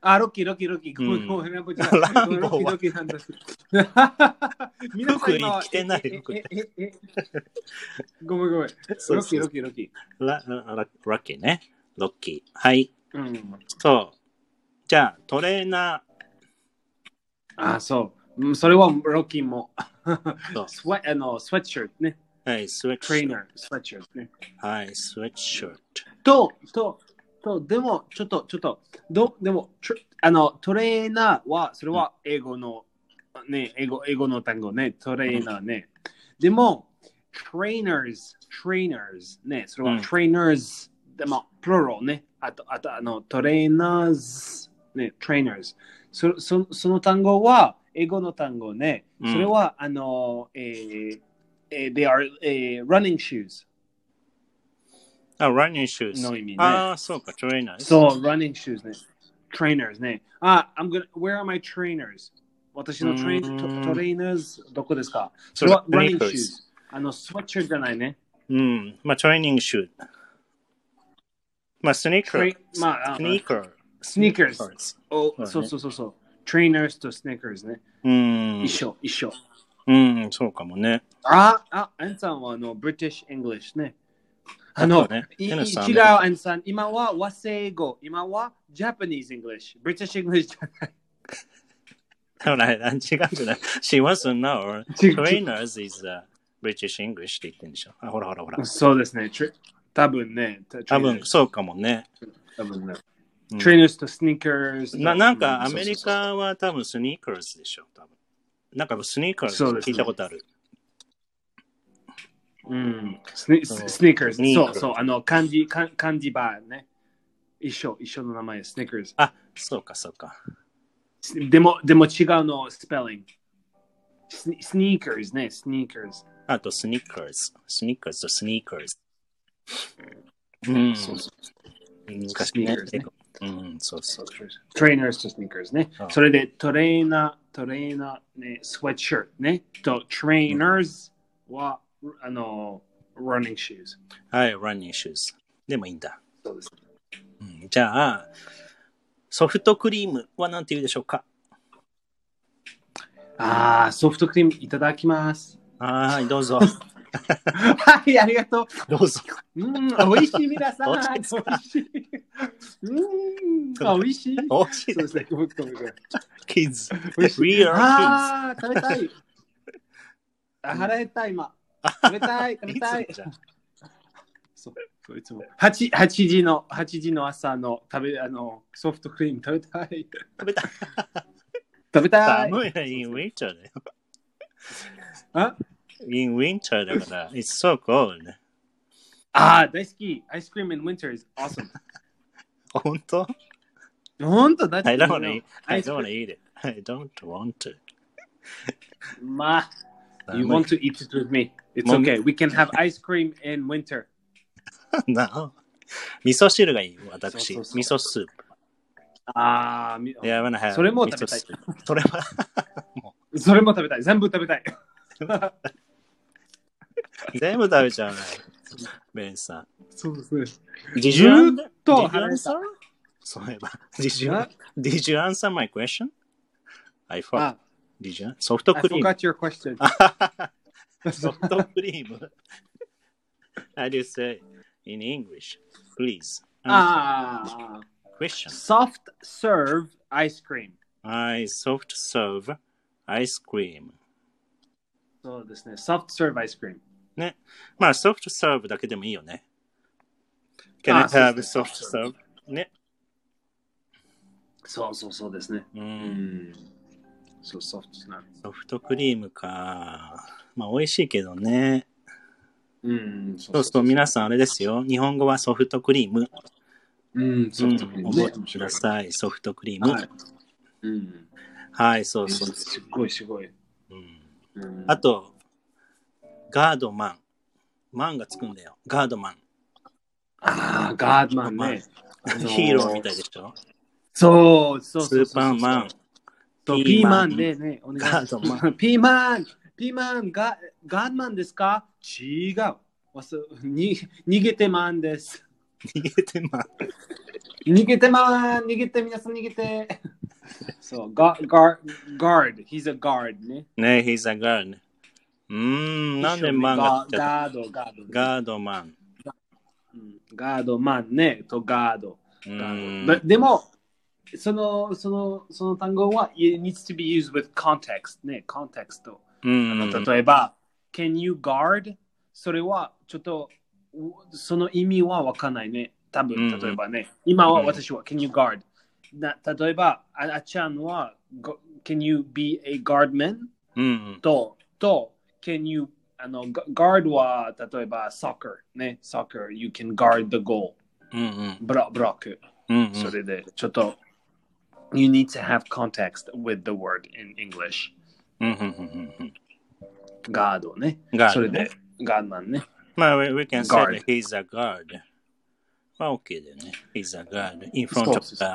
S1: あ、ロッキー、ロッキー、ロッキー。ごめ
S2: うん
S1: ん、ごめんランボーじゃない。
S2: ランボーは
S1: ごめんロッキー、ロッキーなんだ。皆さん今は
S2: 服着てない
S1: ええ
S2: 服
S1: ええええごめん、ごめん。ロッキー、ロッキー、ロッキ
S2: ラララロッキーね。ロッキー。はい。
S1: ー。うん。
S2: そう。じゃあ、トレーナ
S1: あ、そう。うんそれはロッキーも。
S2: ー、そう
S1: スウェあの、スウェットシャツね。
S2: はい、スウェット
S1: ト
S2: シ
S1: レー
S2: ャ
S1: ナー、スウェットシャツね。
S2: ト。はい、スウェットシャト。
S1: と、と、と、でも、ちょっと、ちょっと、どでも、ちょあの、トレーナーは、それは英語の、ね、英語、英語の単語ね、トレーナーね。でも、trainers、trainers ね、それ
S2: うん
S1: は trainers、でも、プロロね、あと、あと、あの、トレーナーズ、ね、trainers。そそその単語は、英語の単語ね、
S2: うん
S1: それは、あの、えーえー they are、えー running shoes
S2: あ、ランニングシューズ。
S1: の意味ね。
S2: ああ、そうか、トレーナー。う。
S1: そう、running shoes ね。trainers ね。あ、I'm gonna, where are my trainers? 私のトレイ
S2: うーん
S1: トトレーナーズどこですか
S2: そ
S1: そ
S2: れ
S1: れ
S2: は
S1: は running
S2: sneakers
S1: shoes。あの、スウェットじゃないね。
S2: うん。まあ、トレーニングシューズ。まあ、スニーカ
S1: トレ
S2: ー
S1: イ。まああ
S2: スニーカー。
S1: sneakers。お
S2: うだね
S1: そうそうそうそう。trainers と sneakers ね。
S2: うん
S1: 一。緒、一緒。
S2: うん、そうかもね。
S1: あ、あ、アンさんはあの、British English ね。あの、
S2: ね、
S1: いい
S2: エナさん
S1: 違
S2: ね
S1: う、アンさん。今は和製英語。今は Japanese English。British English じゃない。
S2: ほら、違うくない。She wants to know.
S1: *laughs* 違う
S2: Trainers is、uh, British English って言ってんでしょ。あ、ほらほらほら。
S1: *laughs* そうですね。トレ多分ね。
S2: 多分、そうかもね。
S1: 多分ね。
S2: うん
S1: trainers と sneakers
S2: ななんか、
S1: う
S2: ア
S1: ん
S2: メリ
S1: そうそう
S2: カは多分スニーカーズでしょ。多分なんか、スニーカーズ
S1: そうです
S2: 聞
S1: ね
S2: いたことある。
S1: そううんスニ
S2: そう
S1: スニーカーズ
S2: sneakers
S1: そうそうあの漢字漢漢字バーね一緒一緒の名前スニーカー
S2: あ、そうか、そうか。
S1: ズでもでも違うのスペリングスニスニーカーズねスニーカーズ
S2: あと、スニーカーズ。スニーカーズとスニーカーズ。うん、
S1: そうそう
S2: 難しいね。
S1: スニーカーズね
S2: うん、そうそう。
S1: trainers と sneakers ね
S2: ああ
S1: それでトレーナートレーナーねスウェットシャツねと trainers はあの running shoes
S2: はい、running shoes。でもいいんだ。
S1: そうです
S2: うんじゃあ、ソフトクリームは何て言うでしょうか
S1: ああソフトクリームいただきます
S2: はい、どう
S1: *laughs*
S2: ぞ。
S1: はいありがとう
S2: ど *laughs* うぞ。
S1: うん、美味しい皆
S2: *laughs*
S1: さん。
S2: 美
S1: 美
S2: 味しい
S1: 味しい。うん、あ美味しい。
S2: 美味し
S1: そ
S2: い
S1: う
S2: で。
S1: ですすね。ごめんごめんごめん
S2: kids。
S1: 美味しい
S2: *laughs* We are kids.
S1: ああ、食べたい。あ腹減った今。食べ
S2: *laughs*
S1: たい、食べたい
S2: いつ。じゃん
S1: そういつも八八時の八時の朝の食べあのソフトクリーム食べたい。
S2: 食べたい。
S1: 食べたい。
S2: 寒いね。in winter だよ。
S1: あ
S2: in winter だから。It's so cold.
S1: あー、大好き。アイスクリーム in winter is awesome.
S2: 本当
S1: 本当だって。
S2: ?I don't wanna eat.
S1: ア
S2: I
S1: イス
S2: don't
S1: ク
S2: wanna
S1: リー
S2: eat it. I don't want to.
S1: ムまあ。You
S2: 寒い
S1: want to eat it with me. It's
S2: もん
S1: okay. We can have ice cream in winter.
S2: な味噌汁がいい、私。
S1: そ
S2: 味
S1: うそう
S2: 噌スープ。
S1: ああ、み
S2: Yeah, I wanna have
S1: それも食べたい
S2: 味噌スープ。それは、
S1: *laughs*
S2: も
S1: それも食べたい。全部食べたい。
S2: う、全部食べちゃうね。ベンさん。
S1: *laughs* そうですね。
S2: Did you, an-
S1: ずっと
S2: did you
S1: 話した
S2: answer? そういえば。Did you,
S1: あ
S2: did you answer my question? I forgot.
S1: あ、
S2: Did you? ソフト
S1: I
S2: クリーム。 *laughs*
S1: forgot your question.
S2: ソフトクリーム。 *laughs* How do you say in English? Please.
S1: *laughs*
S2: I'm
S1: あ
S2: a question.
S1: あ、soft serve ice cream。
S2: I soft serve ice cream.
S1: そうですね、soft serve ice cream。
S2: ね。まあ、ソフトサーブだけでもいいよね。Can
S1: あ
S2: I
S1: そう
S2: have
S1: ですね
S2: soft serve? ね。
S1: そうそうそうですね。
S2: う。
S1: うんん。そう、ソフトな。
S2: ソフトクリームか。まあ、美味しいけどね。
S1: うん、
S2: そうすると皆さんあれですよ。日本語はソフトクリーム。
S1: うん、ソフトクリーム
S2: 覚
S1: ね
S2: え。てください。ソフトクリーム。は
S1: はいい。、うん。
S2: そうそう。
S1: すっごいすごい。
S2: うん
S1: うん
S2: あと、ガードマン。マンがつくんだよ。ガードマン。
S1: あーガードマンね。あの
S2: ヒーローみたいでしょ。
S1: そうそう
S2: ス
S1: そうそう。
S2: ーパーマン。
S1: そう。
S2: ピ
S1: ピ
S2: ー
S1: ー
S2: マ
S1: マ
S2: ン
S1: ンねね。お願いします
S2: ガードマ
S1: ピーマンピーマンガガードマンですか違う。わすに逃げてマンです。
S2: 逃げてマン。
S1: 逃げてマン逃げて皆さん逃げて。そう、ガガガード。He's a guard ね。
S2: ね、he's a girl. うーん、なんでマンがついちゃ
S1: ガガ
S2: った
S1: ード、ガード。
S2: ガードマン。
S1: うんガードマンね。とガード。
S2: う
S1: ガー
S2: ん
S1: ドだでも、その、その、その単語は、it needs to be used with context ね、context を。
S2: うん
S1: 例えば、can you guard? それは、ちょっと、うその意味はわかんないね。多
S2: うん
S1: 分、
S2: うん
S1: 例えばね。今は
S2: うん
S1: 私は、can you guard? な例えば、ああちゃんは、go- can you be a guardman?
S2: うん。
S1: と、と、can you あの、gu- guard は、例えば、soccer ね。soccer, you can guard the goal.
S2: うんうん。
S1: ブロブロック。
S2: うん
S1: それでちょっと、You need to have context with the word in English.
S2: うんうんうんうん
S1: ガードね。
S2: ガード
S1: それで、ガードマンね。
S2: まあ、we we can say
S1: Guard
S2: that he's a guard. まあ、OK だよね。he's a guard. in front
S1: そう
S2: of
S1: そう
S2: the,
S1: そ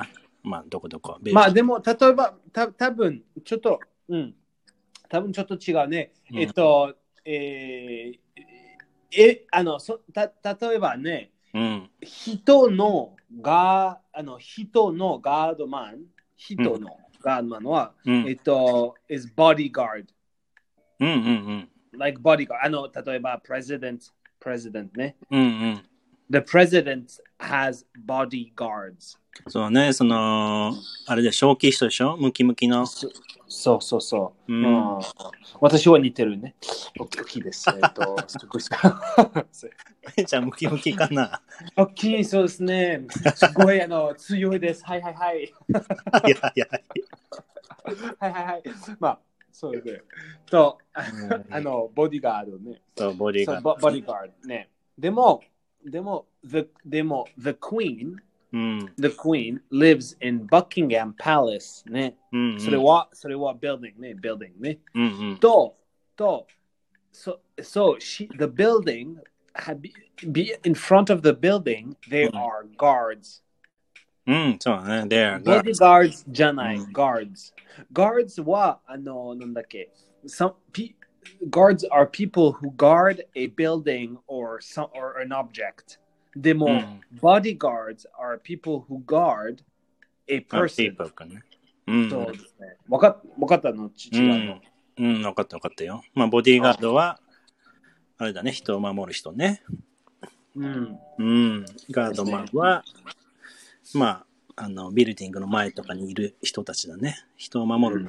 S2: まあ、どこどこ。
S1: まあでも、例えば、た多分ちょっと、うん。多分ちょっと違うね。
S2: うん
S1: えっと、えーえ、あの、そた例えばね、
S2: うん。
S1: 人のガー、あの、人のガードマン、人のガードマンは、
S2: うん。
S1: えっと、is bodyguard。
S2: うんうんうん。
S1: like bodyguard あの例えば president president ね
S2: うんうん。
S1: the president has bodyguards
S2: そうね、その、あれで、正気人でしょムキムキの。 *laughs*
S1: そうそうそう、
S2: うん
S1: うん私は似てるねお大きいですえっ *laughs* とすごい
S2: じゃあ、ムキムキかな。 *laughs*
S1: 大きいそうですねすごいあの強いですはいはいはい
S2: いやいや。
S1: はいはいはいまあそうですねとあ、のボディガードね
S2: そう、ボディ
S1: そう
S2: が。
S1: ボボディガードねでもでも the でも the queen
S2: うん。
S1: the queen lives in Buckingham Palace ね。
S2: うんうん。
S1: それは、それは building ね、building ね。
S2: うんうん。
S1: と、と、so, so she, the building, had be, be in front of the building, there
S2: うん
S1: are guards.
S2: うん、そうね。there, guard.
S1: Bodyguards じゃない、
S2: うん
S1: guards. Guards は、あの、なんだっけ、some, pe guards are people who guard a building or, some, or an object. でも、
S2: うん
S1: bodyguards are people who guard a
S2: あ
S1: person.
S2: people Hmm. かね。うん。
S1: そうですね。わかわかったのち
S2: う
S1: 違うの
S2: ん、うん、分かった分かったよ。まあ、ボディーガードは、あれだね、人を守る人ね。
S1: うん。
S2: うん、ガードマンは、まあ、あの、ビルディングの前とかにいる人たちだね。人を守る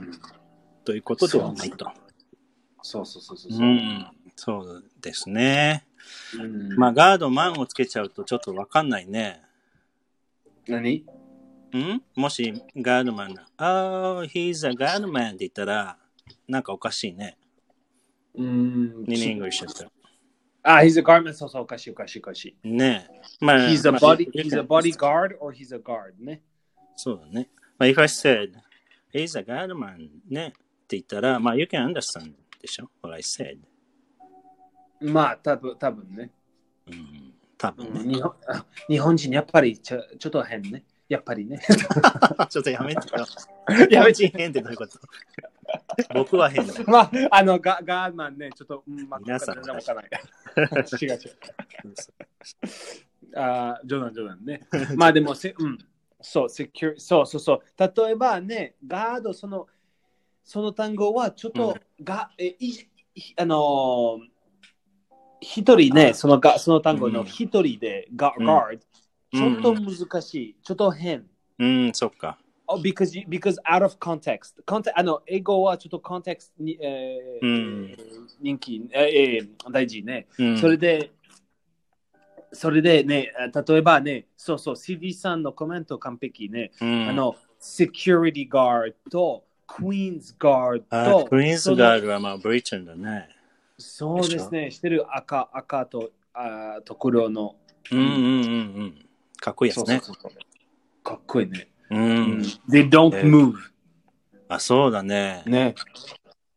S2: ということではないと。
S1: そうそうそうそう
S2: う
S1: そう。
S2: ん、そうですね。
S1: うん
S2: まあ、ガードマンをつけちゃうとちょっと分かんないね。
S1: 何
S2: んもし、ガードマンが、Oh, he's a guard man って言ったら、なんかおかしいね。
S1: うん。
S2: in English だったら
S1: あ、he's a guardman。そうそう、おかしいおかしいおかしい。
S2: ねえ。まあ、
S1: He's a
S2: まあ
S1: body,
S2: you
S1: he's a
S2: can-
S1: bodyguard or he's a guard ね。
S2: そうだね。まあ、if I said, he's a guard man ねって言ったら、まあ、you can understand でしょ ?what I said.
S1: まあ、たぶん多分ね。
S2: うん、多分ね。
S1: 日本あ日本人やっぱりちょちょっと変ね。やっぱりね。 *laughs*
S2: ちょっとやめて *laughs* よ。や
S1: や
S2: め
S1: め
S2: ち変ってどういうこと *laughs* 僕は変だ。
S1: まあ、あの、ガガードマンね、ちょっと、うん、まあ、
S2: 皆さん
S1: 全然わかんない。違う違う。 *laughs* あー冗談冗談
S2: *laughs*
S1: ね。まあでもせ、うん、そう、セキュリそうそうそう。例えばね、ガード、その、その単語はちょっと、がえいいあのー一人
S2: あ
S1: ね、そのがその単語
S2: う
S1: の
S2: ん
S1: 一人でガ、
S2: うん
S1: guard、
S2: う
S1: ちょ
S2: ん
S1: っと難しい、ちょっと変。
S2: うん、そっか。
S1: Oh, because you, because out of context. context あの英語はちょっと context に、えー
S2: うん
S1: 人気、えー、大事ね。
S2: うん、
S1: それで、それでね、例えばね、そうそう、CD さんのコメント完璧ね。
S2: うん、
S1: あの、security guard と queen's guard
S2: あ
S1: と、
S2: クイーンズガールはまあ、ブリトンだね。
S1: そうですね、してる赤、赤と、あーところの。
S2: うんうんうんうん。かっこいいやつね。
S1: そうそうそうかっこいいね。
S2: うん。
S1: They don't
S2: えー
S1: move.
S2: あ、そうだね。
S1: ね。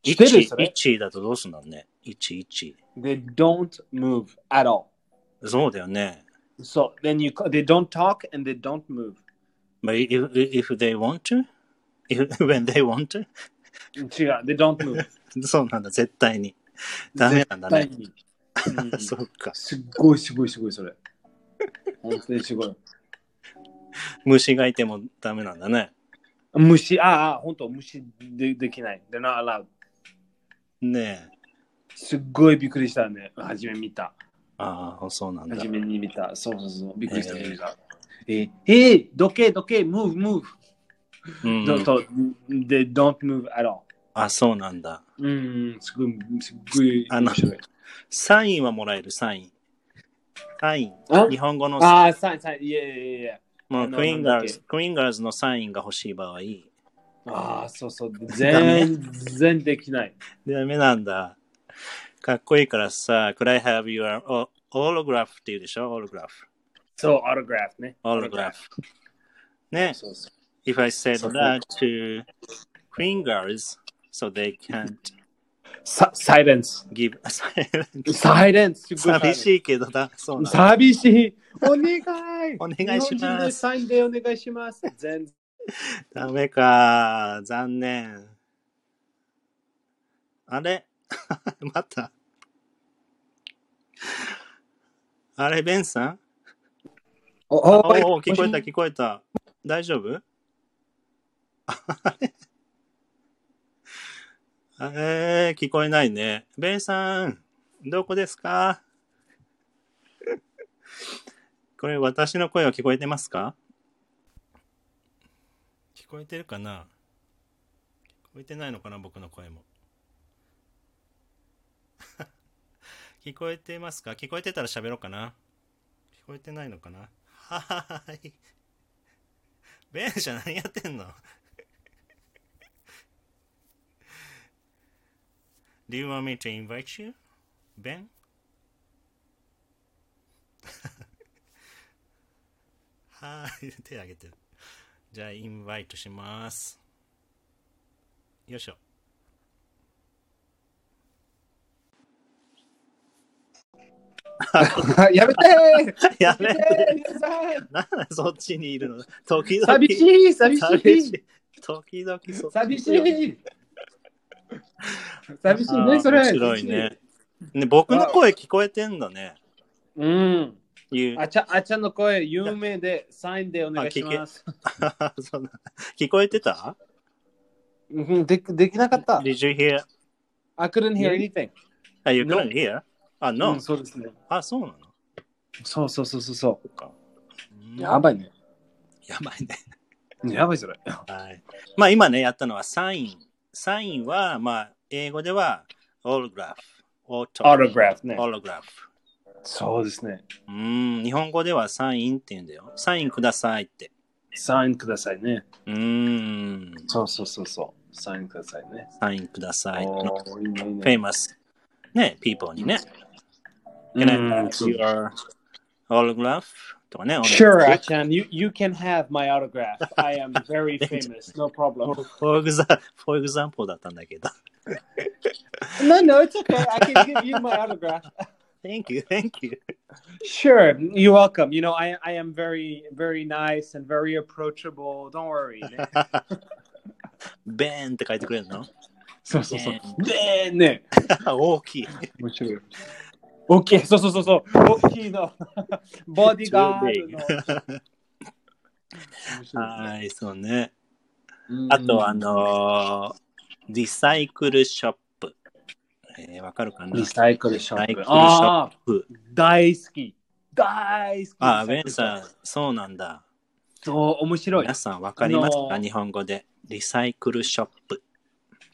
S1: 知ってるそれ
S2: 1位だとどうすんだろうね。1位。
S1: They don't move at all.
S2: そうだよね。
S1: So then you they don't talk and they don't move.
S2: But if, if they want to? If, *laughs* when they want to?
S1: 違う、they don't move.
S2: そうなんだ、絶対に。ダメ *laughs* なんだね。
S1: 絶対にうん
S2: そうか。
S1: すっごいすごいすごいそれ。本当にすごい。
S2: 虫がいてもダメなんだね。
S1: 虫、ああ、本当虫でできない。They're not allowed.
S2: ねえ。
S1: すっごいびっくりしたね。初め見た。
S2: ああ、そうなんだ
S1: 初。めに見た。そうそうそう。びっくりした。
S2: えー
S1: びっくりしたえー、えー、どけどけ、move, move.
S2: うん
S1: どそう they don't move at all.
S2: あ、そうなんだ。
S1: うん、すごい、すっごい
S2: あの
S1: 面白い。
S2: サインはもらえる、サイン。サイン。
S1: あ
S2: 日本語の、
S1: ああ、サイン、サイン、いやいやいや。
S2: も
S1: あ
S2: う
S1: の
S2: クイーンガ
S1: な
S2: ール
S1: んだ
S2: ズ、クイーンガールズのサインが欲しい場合、
S1: ああ、そうそう。
S2: ダメ
S1: 全然できない。
S2: ダメなんだ。かっこいいからさ、could I have your o- autograph って言うでしょ、autograph。
S1: そう、オログラフね。
S2: autograph。ね、
S1: そうそう。
S2: if I said
S1: そう
S2: that to queen girls, so they can't
S1: ササイレンス。
S2: give
S1: サイレンス。すご
S2: 寂
S1: い
S2: しいけどだ、そうなんだ。
S1: 寂しい。お願い。
S2: お願いします
S1: 日本人でサインでお願いします。全然。
S2: ダメか、残念。あ *laughs* れまた。あれ、ベンさん
S1: お
S2: おお、聞こえた、聞こえた。大丈夫 *laughs* あれえー、聞こえないね。ベンさん、どこですか *laughs* これ、私の声は聞こえてますか聞こえてるかな聞こえてないのかな、僕の声も。 *laughs* 聞こえてますか聞こえてたら喋ろうかな。聞こえてないのかな *laughs* はーい。ベンシャ何やってんの？Do you want me to invite you? ベン *laughs* はーい。手挙げてる。じゃあ、インバイトします。よいしょ。
S1: やめて
S2: や
S1: *laughs* や
S2: べ
S1: め
S2: え。
S1: て皆さん
S2: *laughs* なんだそっちにいるの時々。
S1: 寂しい寂し
S2: 寂し
S1: い
S2: い。 *laughs* 時々そっちに
S1: 寂
S2: い
S1: し
S2: るよね
S1: い寂しい
S2: あー
S1: ね、それ。
S2: 面白いね。ね、僕の声聞こえてんだね。
S1: うん。 *laughs*
S2: 言う
S1: あちゃあちゃんの声、有名で、サインでお願いします。
S2: *laughs* そうだ聞こえてた
S1: うんでできなかった。
S2: ?Did you hear?
S1: I couldn't hear anything.
S2: Are you
S1: No.
S2: couldn't hear? あ、no.
S1: うんそうですね。
S2: あ、そうなの
S1: そうそうそうそうそう。
S2: うん
S1: やばいね。
S2: やばいね。
S1: やばいそれ。
S2: はい。まあ今ね、やったのはサイン。サインは、まあ英語ではオログラフ。オート
S1: オログラフね
S2: オ。ログラフ。
S1: そうですね。
S2: うん、日本語ではサインって言うんだよ。サインくださいって。
S1: サインくださいね。
S2: うん、
S1: そうそうそうそう。サインくださいね。
S2: サインください。
S1: おーいいねいいね
S2: famous ね、people にね。
S1: う
S2: Can I
S1: ん
S2: have your autograph? とかね。
S1: Sure, Achan, you, you can have my autograph. I am very famous. No problem.
S2: *laughs* For example, for example だったんだけど。
S1: *laughs* No, no, it's okay. I can give you my autograph.
S2: Thank you, thank you.
S1: Sure, you're welcome. You know, I, I am very, very nice and very approachable. Don't *laughs* worry. ね
S2: ベンって書いてくれるの *laughs*
S1: そうそうそう。で、ね、
S2: 大きい。
S1: 面白い。OK、そうそうそうそう。大きい *laughs* の。ボディーガードの。面 *laughs* 白い
S2: *laughs* はい、そうね。
S1: うん
S2: あと、あのーリサイクルショップ。えー、わかるかな
S1: リサイクルショ
S2: リサ
S1: ッ
S2: イク
S1: プ
S2: ル。ショ
S1: あ
S2: ッ
S1: あ、
S2: プ。
S1: 大好き。大好き。
S2: あ、ベン
S1: ん。
S2: さん、そうなんだ。
S1: そう、面白い
S2: 皆。さん、わかります
S1: あ
S2: か
S1: の
S2: 日本語で。リサイクルショップ。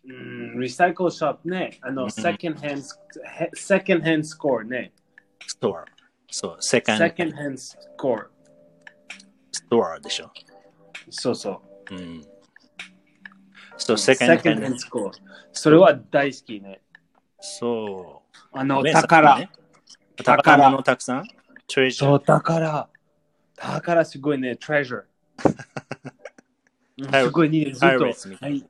S1: うん、リサイクルショップね。あ
S2: う
S1: の、
S2: ん
S1: セカンドヘンス、セカンドヘンスコーね。
S2: ストア。そう、セカンド
S1: セカンドヘンスコー。
S2: ストアでしょ。
S1: そうそう。
S2: うん。そう、セカンド
S1: Second hand score それは大好きね。
S2: そ
S1: あ
S2: う。
S1: の、
S2: ベンさん
S1: 宝。
S2: ね。宝のたくさん ?treasure。
S1: そう、宝。宝すごいね、treasure。うんすごいね、ずっと。
S2: Pirates みたい
S1: な。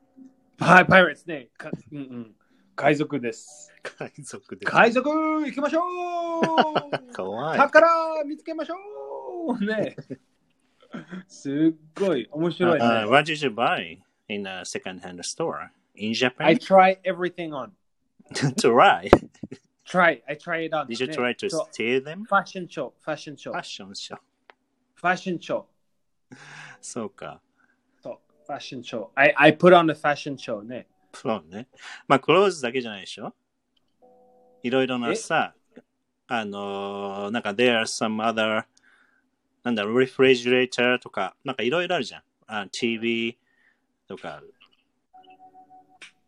S1: はい、パイレーツね。かうんうん、海賊です。
S2: 海賊で。
S1: 海賊行きましょ
S2: *laughs*
S1: う
S2: かわいい。
S1: 宝見つけましょう
S2: *laughs*
S1: ね。すっごい面白い
S2: Uh,
S1: ね。
S2: what did you buy in a second-hand store in
S1: I
S2: Japan?
S1: try everything on.
S2: *laughs* to try.
S1: Try, I try it on.
S2: Did
S1: *laughs*
S2: you
S1: ね
S2: try to
S1: そう
S2: steal them?
S1: ファッションショー、ファッションショ
S2: ファ
S1: ー
S2: ッ、ションショー。
S1: ファッションショー。
S2: そうか。
S1: そう、ファッションショー。I, I put on a fashion show ね。
S2: プロンね。まあ、クローズだけじゃないでしょいろいろなさ、あのー、なんか、there are some other, なんだろう、refrigerator とか、なんかいろいろあるじゃん。あ TV とか、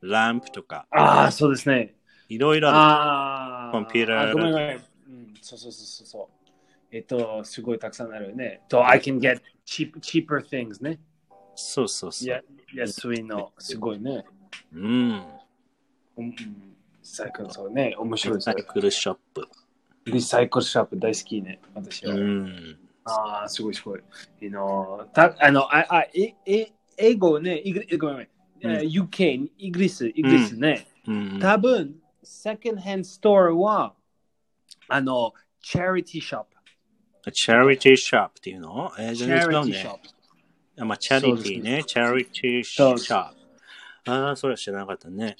S2: ランプとか、
S1: ああ、そうですね。
S2: いろいろある。
S1: ああ、
S2: コンピューター
S1: あごめんごめん。うん、そうそうそうそうそう。えっと、すごいたくさんあるよね。と、I can get cheap, cheaper things ね。
S2: そうそうそう。
S1: いや、安いの、すごいね。
S2: うん。
S1: うんうん、最高そうね。面白い
S2: リ
S1: です
S2: サ
S1: ね
S2: イクルショップ。
S1: リサイクルショップ大好きね。私は。
S2: うん。
S1: ああ、すごいすごい。あの、たあの、あ、あ、え、え、英語ね、イギリごめんごめん。えー UK、イギリス、イギリスね。
S2: うん、
S1: 多分、セカンドヘンドストアは、あの、チャリティーショップ。
S2: チャリティーショップっていうのえー、
S1: チ
S2: 全
S1: ャ
S2: 然
S1: リテ
S2: 違
S1: ィー
S2: う
S1: ショ
S2: ね
S1: ッ。プ。
S2: あまあ、チャリティーね。チャリティーショ
S1: そうです
S2: ップ。ああ、それは知らなかったね。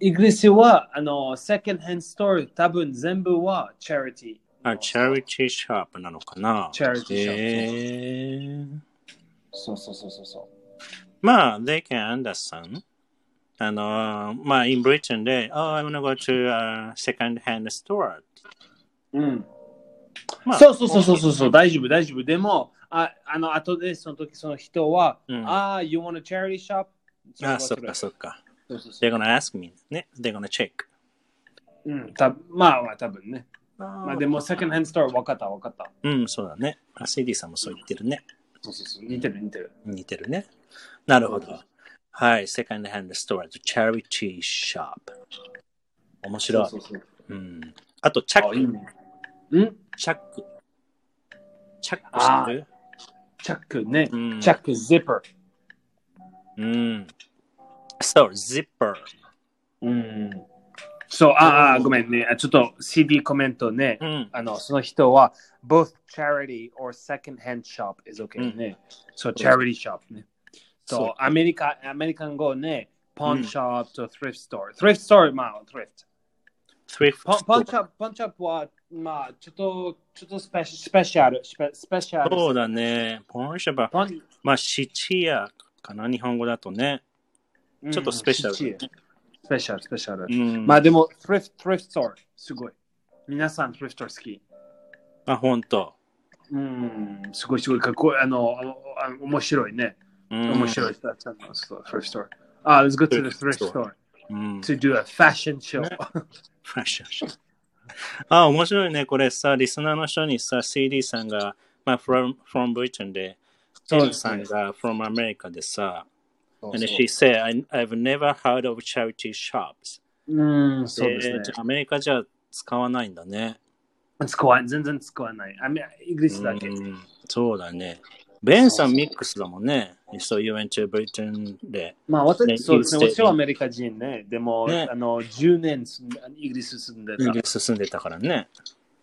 S1: イギリスは、あの、セカンドヘンドストア、多分全部はチャリティー。
S2: あ、チャリティーショップなのかな
S1: チャリティーショップ
S2: えー、
S1: そうそうそうそうそう。
S2: まあ、they can understand. あのー、まあ、in Britain で、oh, I'm gonna go to a second-hand store.
S1: うん。
S2: まあ、
S1: そうそうそうそうそうそう、大丈夫、大丈夫。でも、ああの、後でその時その人は、
S2: うん
S1: ああ、You want a charity shop?
S2: あ、そっかそっか。
S1: そうそうそう。
S2: They're gonna ask me. ね。They're gonna check.
S1: うん、たまあまあ、多分ね。ま
S2: ま
S1: あでも、セカンドヘンドストア、分かった、分かった。
S2: うん、そうだね。あ、CD さんもそう言ってるね。
S1: そうそうそう、似てる、似てる。
S2: 似てるね。なるほど。はい、セカンドハンドストアとチャリティーショップ。面白い。
S1: そうそうそう。
S2: うん、あと、チャッ
S1: あ、いい
S2: ク、
S1: ね。うん
S2: チャック。チャック
S1: あー
S2: してる
S1: チャックね。
S2: うん
S1: チャック、ジッパー。
S2: うん。そう、ジッパー。
S1: うん。そう、ああ、ごめんね。あちょっと CD コメントね。
S2: うん。
S1: あの、その人は、both charity or second-hand shop is okay ね。そう、charity shop ね。
S2: そ
S1: そうう、アメリカ、アメリカン語ね。pawn shop と thrift store。thrift store、まあ、thrift。
S2: スリフ
S1: パンパンチ
S2: ト。
S1: ャップ、パンチャップは、まあ、ちょっと、ちょっとスペシスペシャル、スペスペシャル。
S2: そうだね。ポンシャバ。
S1: パン
S2: まあ、シチアかな、日本語だとね。
S1: うん
S2: ちょっとスペシャル
S1: シチースペシャル、スペシャル
S2: う。ん。
S1: ま
S2: ま
S1: あでも、thrift、thrift store、すごい。皆さん、thrift store 好き。
S2: あ、ほんと。
S1: うん、すごいすごいかっこいい。あの、あのあの面白いね。
S2: うん
S1: 面白い。That's that's not the thrift store. Ah, let's go to the thrift
S2: Thrift
S1: store
S2: うん。
S1: to do a fashion show. *laughs*
S2: フラッシュ。あ、面白いね。これさ、リスナーの人にさ、CD さんが、まあ、from, from Britain で、
S1: そう
S2: M
S1: です
S2: さ
S1: ね
S2: んが from America でさ、and
S1: そ
S2: she said, I, I've never heard of charity shops.
S1: ううん、そうです
S2: え
S1: ね
S2: ーじゃ。あアメリカじゃ使わないんだね。
S1: 使わない、全然使わない。あめイギリスだけ。
S2: うんそうだね。ベンさ
S1: そう
S2: ん
S1: そう
S2: ミックスだもんね。So you went to Britain で。
S1: まあ、私、
S2: ね
S1: そうですね。
S2: イギリス
S1: 私はアメリカ人ね。でも、
S2: ね
S1: あの、10年住んイギリス住んでた。
S2: 進んでたからね。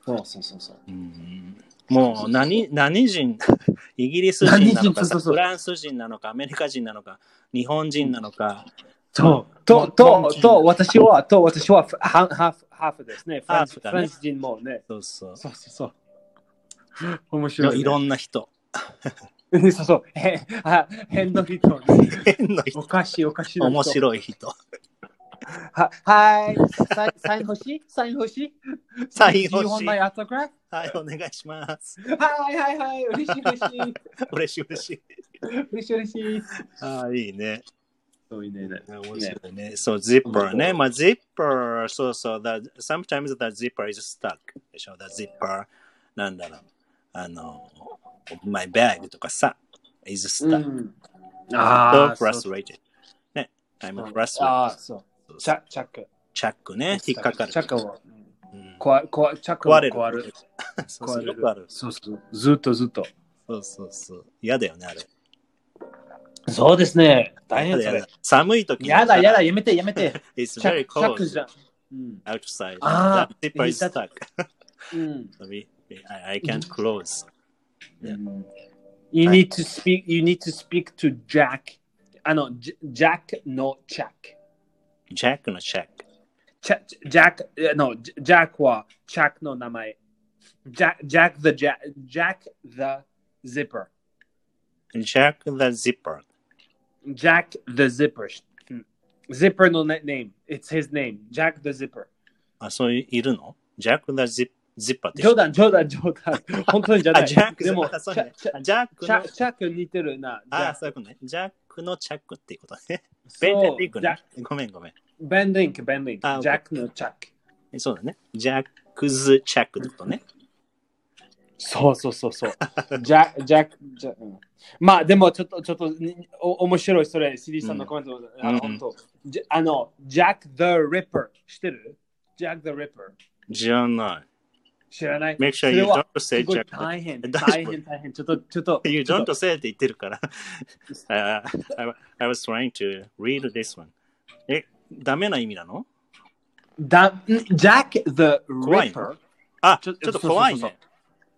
S1: そうそうそうそう。
S2: うんもう何何人、 *laughs* イギリス人なのか
S1: 何人そうそうそう
S2: フランス人なのか、アメリカ人なのか、日本人なのか、
S1: そう、と、
S2: も
S1: と
S2: う、
S1: と、私は、と、私は、ハーフ、ハーフですね。フランス、
S2: ハーフだね
S1: フランス人もね。
S2: そうそう
S1: そうそうそう。面
S2: いろ
S1: 白い、
S2: い
S1: ね。
S2: ろんな人。
S1: うん *laughs* そうそう。へ、あ、変の人。
S2: 変な人
S1: おかしい、おかしい。
S2: 面
S1: い。
S2: 白い人。
S1: ははい。 *laughs* サインサイン欲しいサイン欲しい
S2: サイ
S1: 日
S2: ン欲し
S1: 本
S2: い。
S1: の
S2: はい、
S1: アトグラフ
S2: お願いします。
S1: はいはいはい。嬉しい嬉しい。
S2: 嬉しい嬉しい。
S1: 嬉しい嬉しい。
S2: ああ、いいね。
S1: そういね。
S2: 面白いね。そう、zipper ね。まあ、zipper、そうそう。That, sometimes that zipper is stuck. でしょ ?that zipper、なんだろう。あの、my bag とかさ、is
S1: う
S2: stuck.、
S1: ん。ああ
S2: so frustrated. ね。I'm
S1: あ
S2: frustrated.
S1: あ、そう。チャチャック。
S2: チャックね。引っかかる。
S1: チャックを。
S2: うん
S1: 壊壊チャックを
S2: 壊れる
S1: 壊る。
S2: そう
S1: 壊
S2: そう
S1: れ
S2: よ
S1: る
S2: くある。
S1: そうそう。ずっとずっと。
S2: そうそうそう。嫌だよね、あれ。
S1: そうですね。大変
S2: や
S1: そ
S2: だや
S1: れ
S2: だ。寒い時に
S1: やだやだ、やめてやめ
S2: *laughs*
S1: て。
S2: It's
S1: チャ
S2: very
S1: チャックじ
S2: cold
S1: ゃ。うん。
S2: outside.
S1: あ
S2: That zipper is
S1: 右だ
S2: stuck.
S1: うん。
S2: So we- I, I can't close. Yeah.
S1: You
S2: はい
S1: need to speak, you need to speak to Jack. あの、ジャックのチャック。
S2: ジャックのチェック。
S1: チャジャック、えの、ジャックはチャックの名前。ジャジャック、the Jack, Jack the zipper.
S2: ジャック the zipper.
S1: Jack the zipper. うん Zipper の na- name. It's his name. Jack the zipper.
S2: あ、そういういるのジャック the zip, zipper って
S1: 冗談、冗談、冗談。本当にじゃな
S2: あ、
S1: い。
S2: ジャック
S1: でも、チ
S2: あそう
S1: ャ
S2: ね
S1: チャ
S2: あジャック
S1: チャ
S2: の。
S1: チャック似てるな。
S2: あ、
S1: ジャック
S2: そういうことね。ジャックのチャックっていうことね。
S1: そ
S2: ベンデン
S1: う
S2: リンク
S1: ジャッ
S2: ね
S1: ク。
S2: ごめんごめん
S1: ベンデンク、ベンデン
S2: あ
S1: ク。ジャックのチャック。
S2: え。そうだね。ジャックズチャックってことね。
S1: そうそうそうそう。ジャジャック、ジャうんまあでもちょっと、ちょっとにお面白いそれ、CD さんのコメント、あ
S2: うん
S1: の、本当じあの、ジャック・ザ・リッパー、知ってるジャック・ザ・リッパー、
S2: 知らない。
S1: 知らない
S2: Make sure
S1: そ
S2: you
S1: れは
S2: don't
S1: す
S2: say
S1: ごい
S2: Jack.
S1: 大変、
S2: 大丈夫
S1: 大変、大変。ちょっと、ちょっと、
S2: You
S1: ちょっ
S2: don't
S1: と
S2: say って言ってるから。あ I, I was trying to read this one. え、ダメな意味なの
S1: だんジャック・ザ・リ
S2: 怖い
S1: ッパー
S2: の、あ、ち
S1: ちょ
S2: ょっと怖い
S1: そう
S2: ね。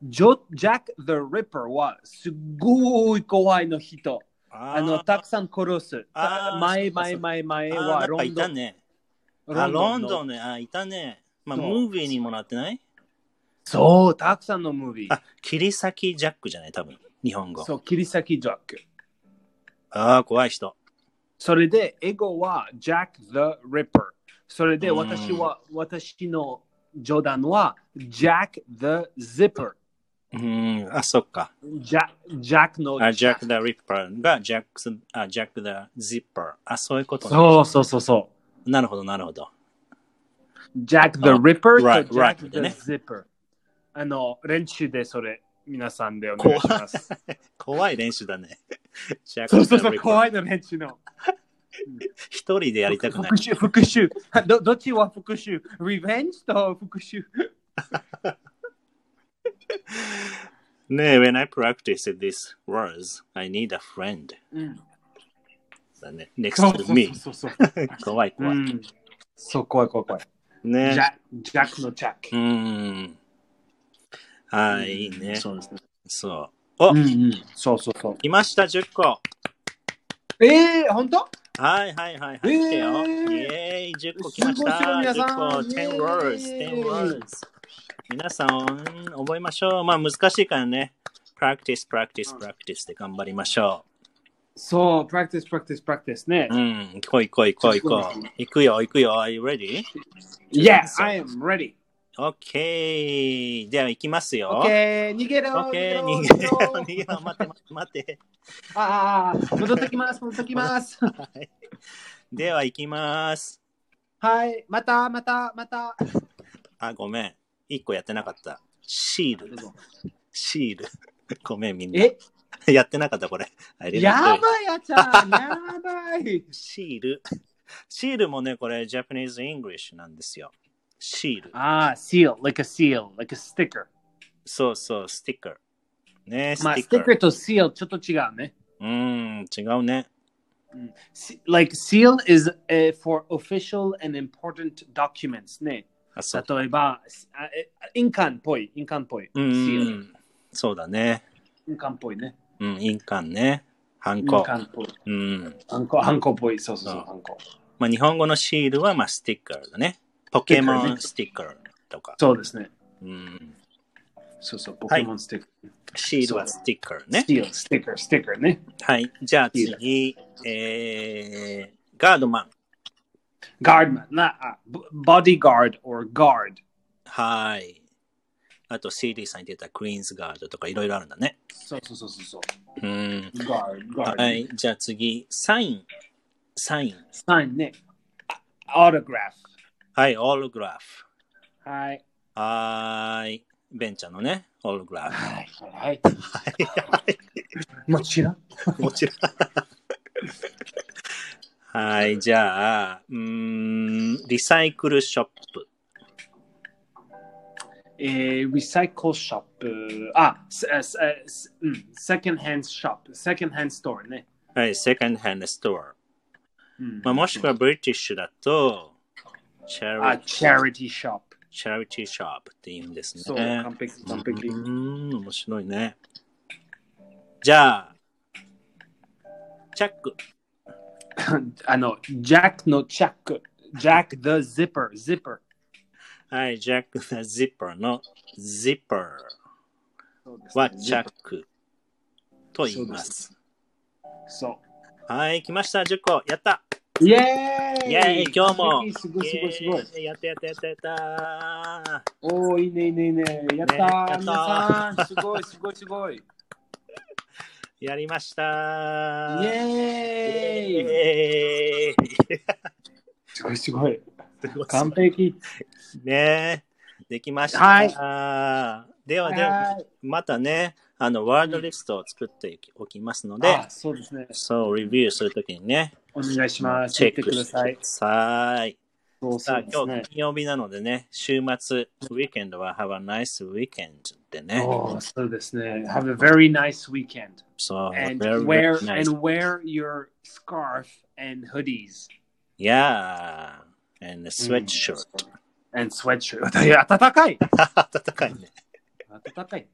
S1: ジョジャック・ザ・リッパーはすごい怖いの人。
S2: あ
S1: あの、たくさん殺す。
S2: あー
S1: た前、
S2: そうかそ
S1: 前、
S2: う
S1: 前、前
S2: あ
S1: は
S2: なん
S1: ロ
S2: か
S1: ン
S2: い
S1: ド
S2: た
S1: ン。
S2: ね。あ、ロン
S1: の
S2: ドンね。あ、いたね。まあ、
S1: そう
S2: ムービーにもなってない
S1: そう、たくさんのムービー
S2: あ。、切り裂きジャックじゃない多分。日本語。
S1: そう、切り裂きジャック。
S2: ああ、怖い人。
S1: それで、英語は Jack the Ripper。それで、
S2: うん
S1: 私は、私の冗談は Jack the Zipper。
S2: うーん、あ、そっか。
S1: ジャジャックの
S2: あ、ジャック・ザ・リッパーがジャックス、あ、ジャック・ザ・ジッパー。あ、そういうことね
S1: そうそうそうそ
S2: なるほど、なるほど。
S1: う。Jack the Ripper
S2: あ
S1: と
S2: right,
S1: Jack
S2: right
S1: the
S2: ね
S1: Zipper。あの、練習でそれ、皆さんでお願いします。
S2: 怖い練習
S1: *laughs*
S2: だね。ジャッ
S1: そ
S2: ク・
S1: うそ
S2: ザ・
S1: う
S2: リッ
S1: そ
S2: パー。
S1: う、怖いの練習の。
S2: 一人でやりたくない
S1: 復。讐、復讐。はどどっちは復讐 ?Revenge と復讐。
S2: ねえ、when I practice these words, I need a friend.
S1: うん
S2: だね。next to me.
S1: そうそうそうそう。
S2: 怖い怖い。
S1: うんそう、怖い怖い怖い。
S2: ね
S1: ジャジャックのチャッ
S2: う
S1: ク。
S2: ーん。はい、いいね。
S1: そうですね。
S2: そう。お、
S1: うんうん。そうそうそう。
S2: 来ました、10個。
S1: ええー、本当
S2: はいはいはいは
S1: え
S2: い。
S1: ー
S2: 来てよ。イェーイ、10個来ました。
S1: すごい皆さん
S2: 10個、10 words、
S1: イエー
S2: 10
S1: イ
S2: words。皆さん、覚えましょう。まあ難しいからね。practice, practice, practice で頑張りましょ
S1: そう、プラクティス、プラクティス、プラクティスね
S2: う。う。ん、行こう行こう行こう行こう。行くよ行くよ。Are you ready?
S1: Yes, I am ready.
S2: OK! では行きますよ。
S1: OK、逃げろ
S2: OK! 逃
S1: 逃
S2: げ
S1: げ
S2: よ
S1: ろ
S2: う逃げよう。待って待って待って。
S1: ああ、戻ってきます、戻ってきます。
S2: はいでは行きます。
S1: はい、また、また、また。
S2: あ、ごめん。1個やってなかった。シール。シール。ごめんみんな。
S1: え、
S2: やってなかったこれ。I didn't
S1: や
S2: do
S1: ばいやちゃん、やばい。
S2: it. シール。シールもね、これ、Japanese English なんですよ。シール。
S1: *laughs* ああ、seal, like a seal, like a sticker.
S2: そうそう、スティッカー。ね、ステ
S1: まあ、
S2: ィ
S1: ス
S2: ッカ
S1: ティッカ
S2: ー。
S1: ーと seal ちょっと違うね。
S2: うーん、違うね。
S1: Se- like seal is uh, for official and important documents ね。
S2: あ、そう。
S1: 例えば、すあえ印鑑っぽい、印鑑っぽい。
S2: う
S1: seal
S2: ん、そうだね。
S1: 印鑑っぽいね。
S2: うん、印鑑ね。ハン
S1: 印
S2: コ。
S1: 鑑っぽい。
S2: うん。
S1: ハンコ、ハンコっぽい。そうそうそう、
S2: うん
S1: ハンコ。
S2: まあ、日本語のシールは、まあ、スティッカーだね。ポケモンスティッカーとか。
S1: そうですね。
S2: うん。
S1: そうそう、ポ
S2: はい
S1: ケモンスティッカ
S2: シールはスティッカー
S1: ー。
S2: ね。
S1: seal、スティッカー、スティッカーね。
S2: はい。じゃあ次、えー、ガードマン。
S1: Guardman. Not uh, b- bodyguard or guard.
S2: はい。あと CD さん言ってたクイーンズガードとかいろいろあるんだね。
S1: So, so, so, so, so.
S2: うん。
S1: Guard, guard.
S2: はい。じゃあ次、サイン。サイン。
S1: Sign, ne. Autograph.
S2: はい、オールグラフ。
S1: Hi.
S2: はーい。ベンチャーのね、オールグ
S1: *laughs*
S2: ラフ。
S1: Hi. Hi.
S2: はい。
S1: もちろん。
S2: もちろん。はい、じゃあ、うーん、リサイクルショップ。
S1: えー、リサイクルショップ、あ、せせせうん、セカンドハンドショップ、セカンドハンドストアね。
S2: はい、セカンドハンドストア。
S1: うん
S2: まあ、もしくはブリティッシュだと、チャ
S1: あ、
S2: リ
S1: チャリティーショップ。
S2: チャリティーショップって言うんですね。
S1: そう、完璧、完璧 *laughs*
S2: う。ーん、面白いね。じゃあ、チャック。
S1: あの、ジャックのチャック、ジャック the zipper、zipper。
S2: はい、ジャック・ザ・ジッパーのジッパー
S1: そうです
S2: はチャックと言います。
S1: そ
S2: はい、来ました、10個。やった
S1: う。イェーイ
S2: イェーイ今日も
S1: 完璧すごいすごいすごい。
S2: イエーイやったやったやったやった
S1: おー、いいねいいねいいね。やった
S2: ねやった
S1: ー、
S2: ー
S1: 皆さん、すごいすごいすごい。イ
S2: やりました
S1: ェー
S2: イ
S1: イ
S2: エーイ
S1: すごいすごい。
S2: すごい
S1: 完璧。
S2: ねできました。
S1: はい
S2: ではでは、
S1: はい
S2: またね、あの、ワードリストを作っておきますので、
S1: あそうですね。
S2: そう、レビューするときにね、
S1: お願いします。
S2: チェッ
S1: 見て
S2: ク
S1: くだ
S2: して
S1: さい
S2: く。ださい。
S1: そう
S2: さ
S1: そ
S2: あ、
S1: うです
S2: 今
S1: ね
S2: 日。金曜日なのでね、週末、ウィーケンドは Have a nice weekend ってね。
S1: Oh, so this have a very nice weekend
S2: そう、
S1: and
S2: Oh, very
S1: wear
S2: nice.
S1: and wear your scarf and hoodies
S2: Yeah, and a sweatshirt.
S1: and sweatshirt. いや暖かい。
S2: *laughs* 暖かいね。
S1: 暖かい。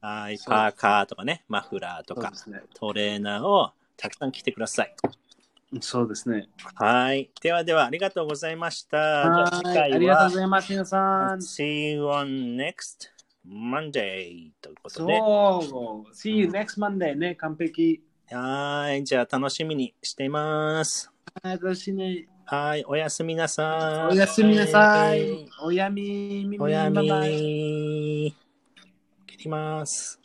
S2: はい、
S1: そう
S2: パーカーとかね、マフラーと
S1: そう
S2: か
S1: で、すね。
S2: トレーナーをたくさん着てください。
S1: そうですね。
S2: はい。ではでは、ありがとうございました。じゃあ次
S1: は
S2: 回
S1: い、
S2: は
S1: ありがとうございます皆さん。
S2: See you on next Monday ということで。
S1: そう。See you next Monday ね。完璧。
S2: はい。じゃあ、楽しみにしています。
S1: 私ね。
S2: はい。おやすみなさ
S1: お
S2: い。
S1: やすみなさい。おやみみみ。
S2: おやみ
S1: バイバイ
S2: に。切ります。